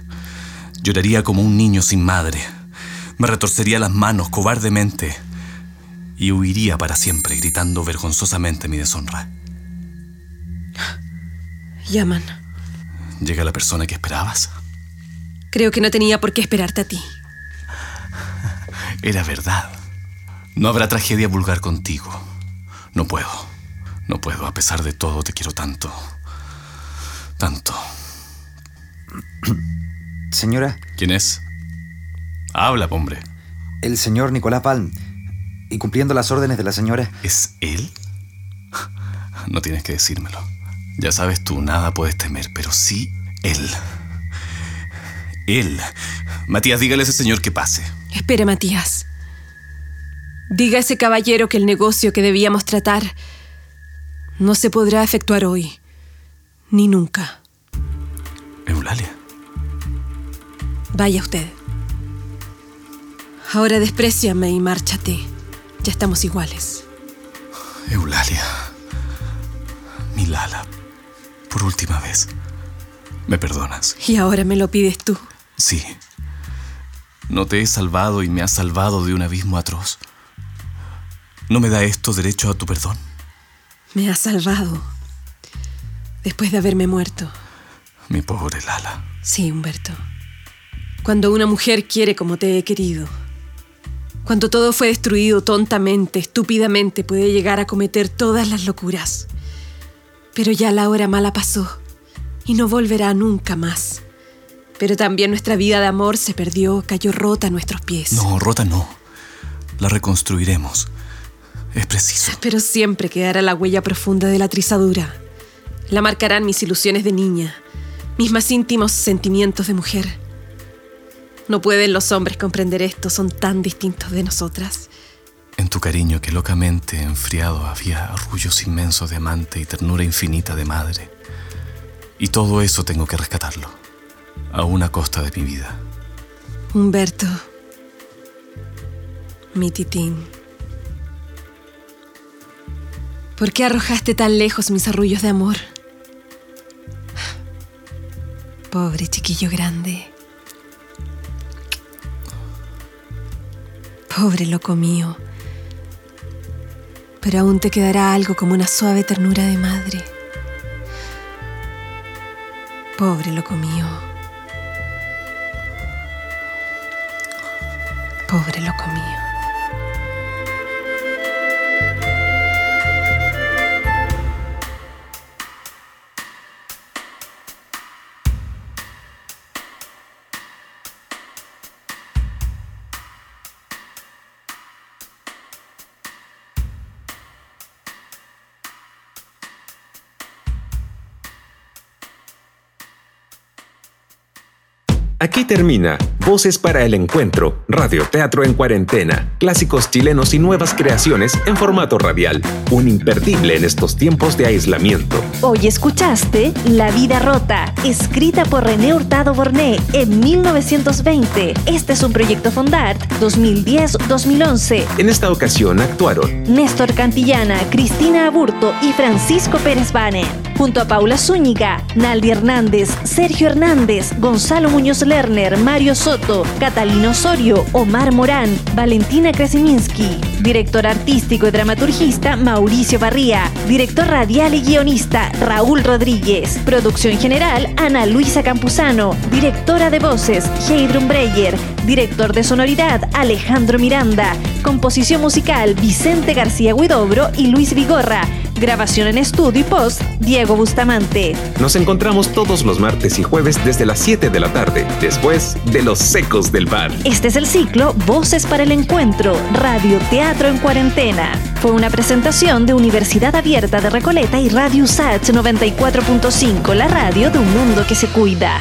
lloraría como un niño sin madre. Me retorcería las manos cobardemente y huiría para siempre gritando vergonzosamente mi deshonra.
Llaman.
Llega la persona que esperabas.
Creo que no tenía por qué esperarte a ti.
Era verdad. No habrá tragedia vulgar contigo. No puedo. No puedo. A pesar de todo, te quiero tanto. Tanto.
Señora,
¿Quién es? Habla, hombre.
el señor Nicolás Palm. Y cumpliendo las órdenes de la señora.
¿Es él? No tienes que decírmelo. Ya sabes tú, nada puedes temer, pero sí él. Él. Matías, dígale a ese señor que pase.
Espere, Matías. Diga a ese caballero que el negocio que debíamos tratar no se podrá efectuar hoy, ni nunca.
Eulalia.
Vaya usted. Ahora despreciame y márchate. Ya estamos iguales.
Eulalia. Mi Lala. Por última vez. ¿Me perdonas?
Y ahora me lo pides tú.
Sí. No te he salvado y me has salvado de un abismo atroz. ¿No me da esto derecho a tu perdón?
Me has salvado. Después de haberme muerto.
Mi pobre Lala.
Sí, Humberto. Cuando una mujer quiere como te he querido. Cuando todo fue destruido tontamente, estúpidamente, puede llegar a cometer todas las locuras. Pero ya la hora mala pasó y no volverá nunca más. Pero también nuestra vida de amor se perdió, cayó rota a nuestros pies.
No, rota no. La reconstruiremos. Es preciso.
Pero siempre quedará la huella profunda de la trizadura. La marcarán mis ilusiones de niña, mis más íntimos sentimientos de mujer. No pueden los hombres comprender esto, son tan distintos de nosotras.
En tu cariño que locamente enfriado había arrullos inmensos de amante y ternura infinita de madre. Y todo eso tengo que rescatarlo. A una costa de mi vida.
Humberto, mi titín. ¿Por qué arrojaste tan lejos mis arrullos de amor? Pobre chiquillo grande. Pobre loco mío. Pero aún te quedará algo como una suave ternura de madre. Pobre loco mío. Pobre loco mío.
Aquí termina Voces para el Encuentro, Radioteatro en Cuarentena, clásicos chilenos y nuevas creaciones en formato radial, un imperdible en estos tiempos de aislamiento.
Hoy escuchaste La vida rota, escrita por René Hurtado Borné en 1920. Este es un proyecto Fondart 2010-2011.
En esta ocasión actuaron
Néstor Cantillana, Cristina Aburto y Francisco Pérez Bane. Junto a Paula Zúñiga, Naldi Hernández, Sergio Hernández, Gonzalo Muñoz Lerner, Mario Soto, Catalina Osorio, Omar Morán, Valentina Krasiminski. director artístico y dramaturgista Mauricio Barría, director radial y guionista Raúl Rodríguez, producción general Ana Luisa Campuzano, directora de voces Heidrun Breyer, director de sonoridad Alejandro Miranda, composición musical Vicente García Huidobro y Luis Vigorra, grabación en estudio y post Diego Bustamante.
Nos encontramos todos los martes y jueves desde las 7 de la tarde, después de Los Secos del Bar.
Este es el ciclo Voces para el Encuentro, Radio Teatro en Cuarentena. Fue una presentación de Universidad Abierta de Recoleta y Radio Sat 94.5, la radio de un mundo que se cuida.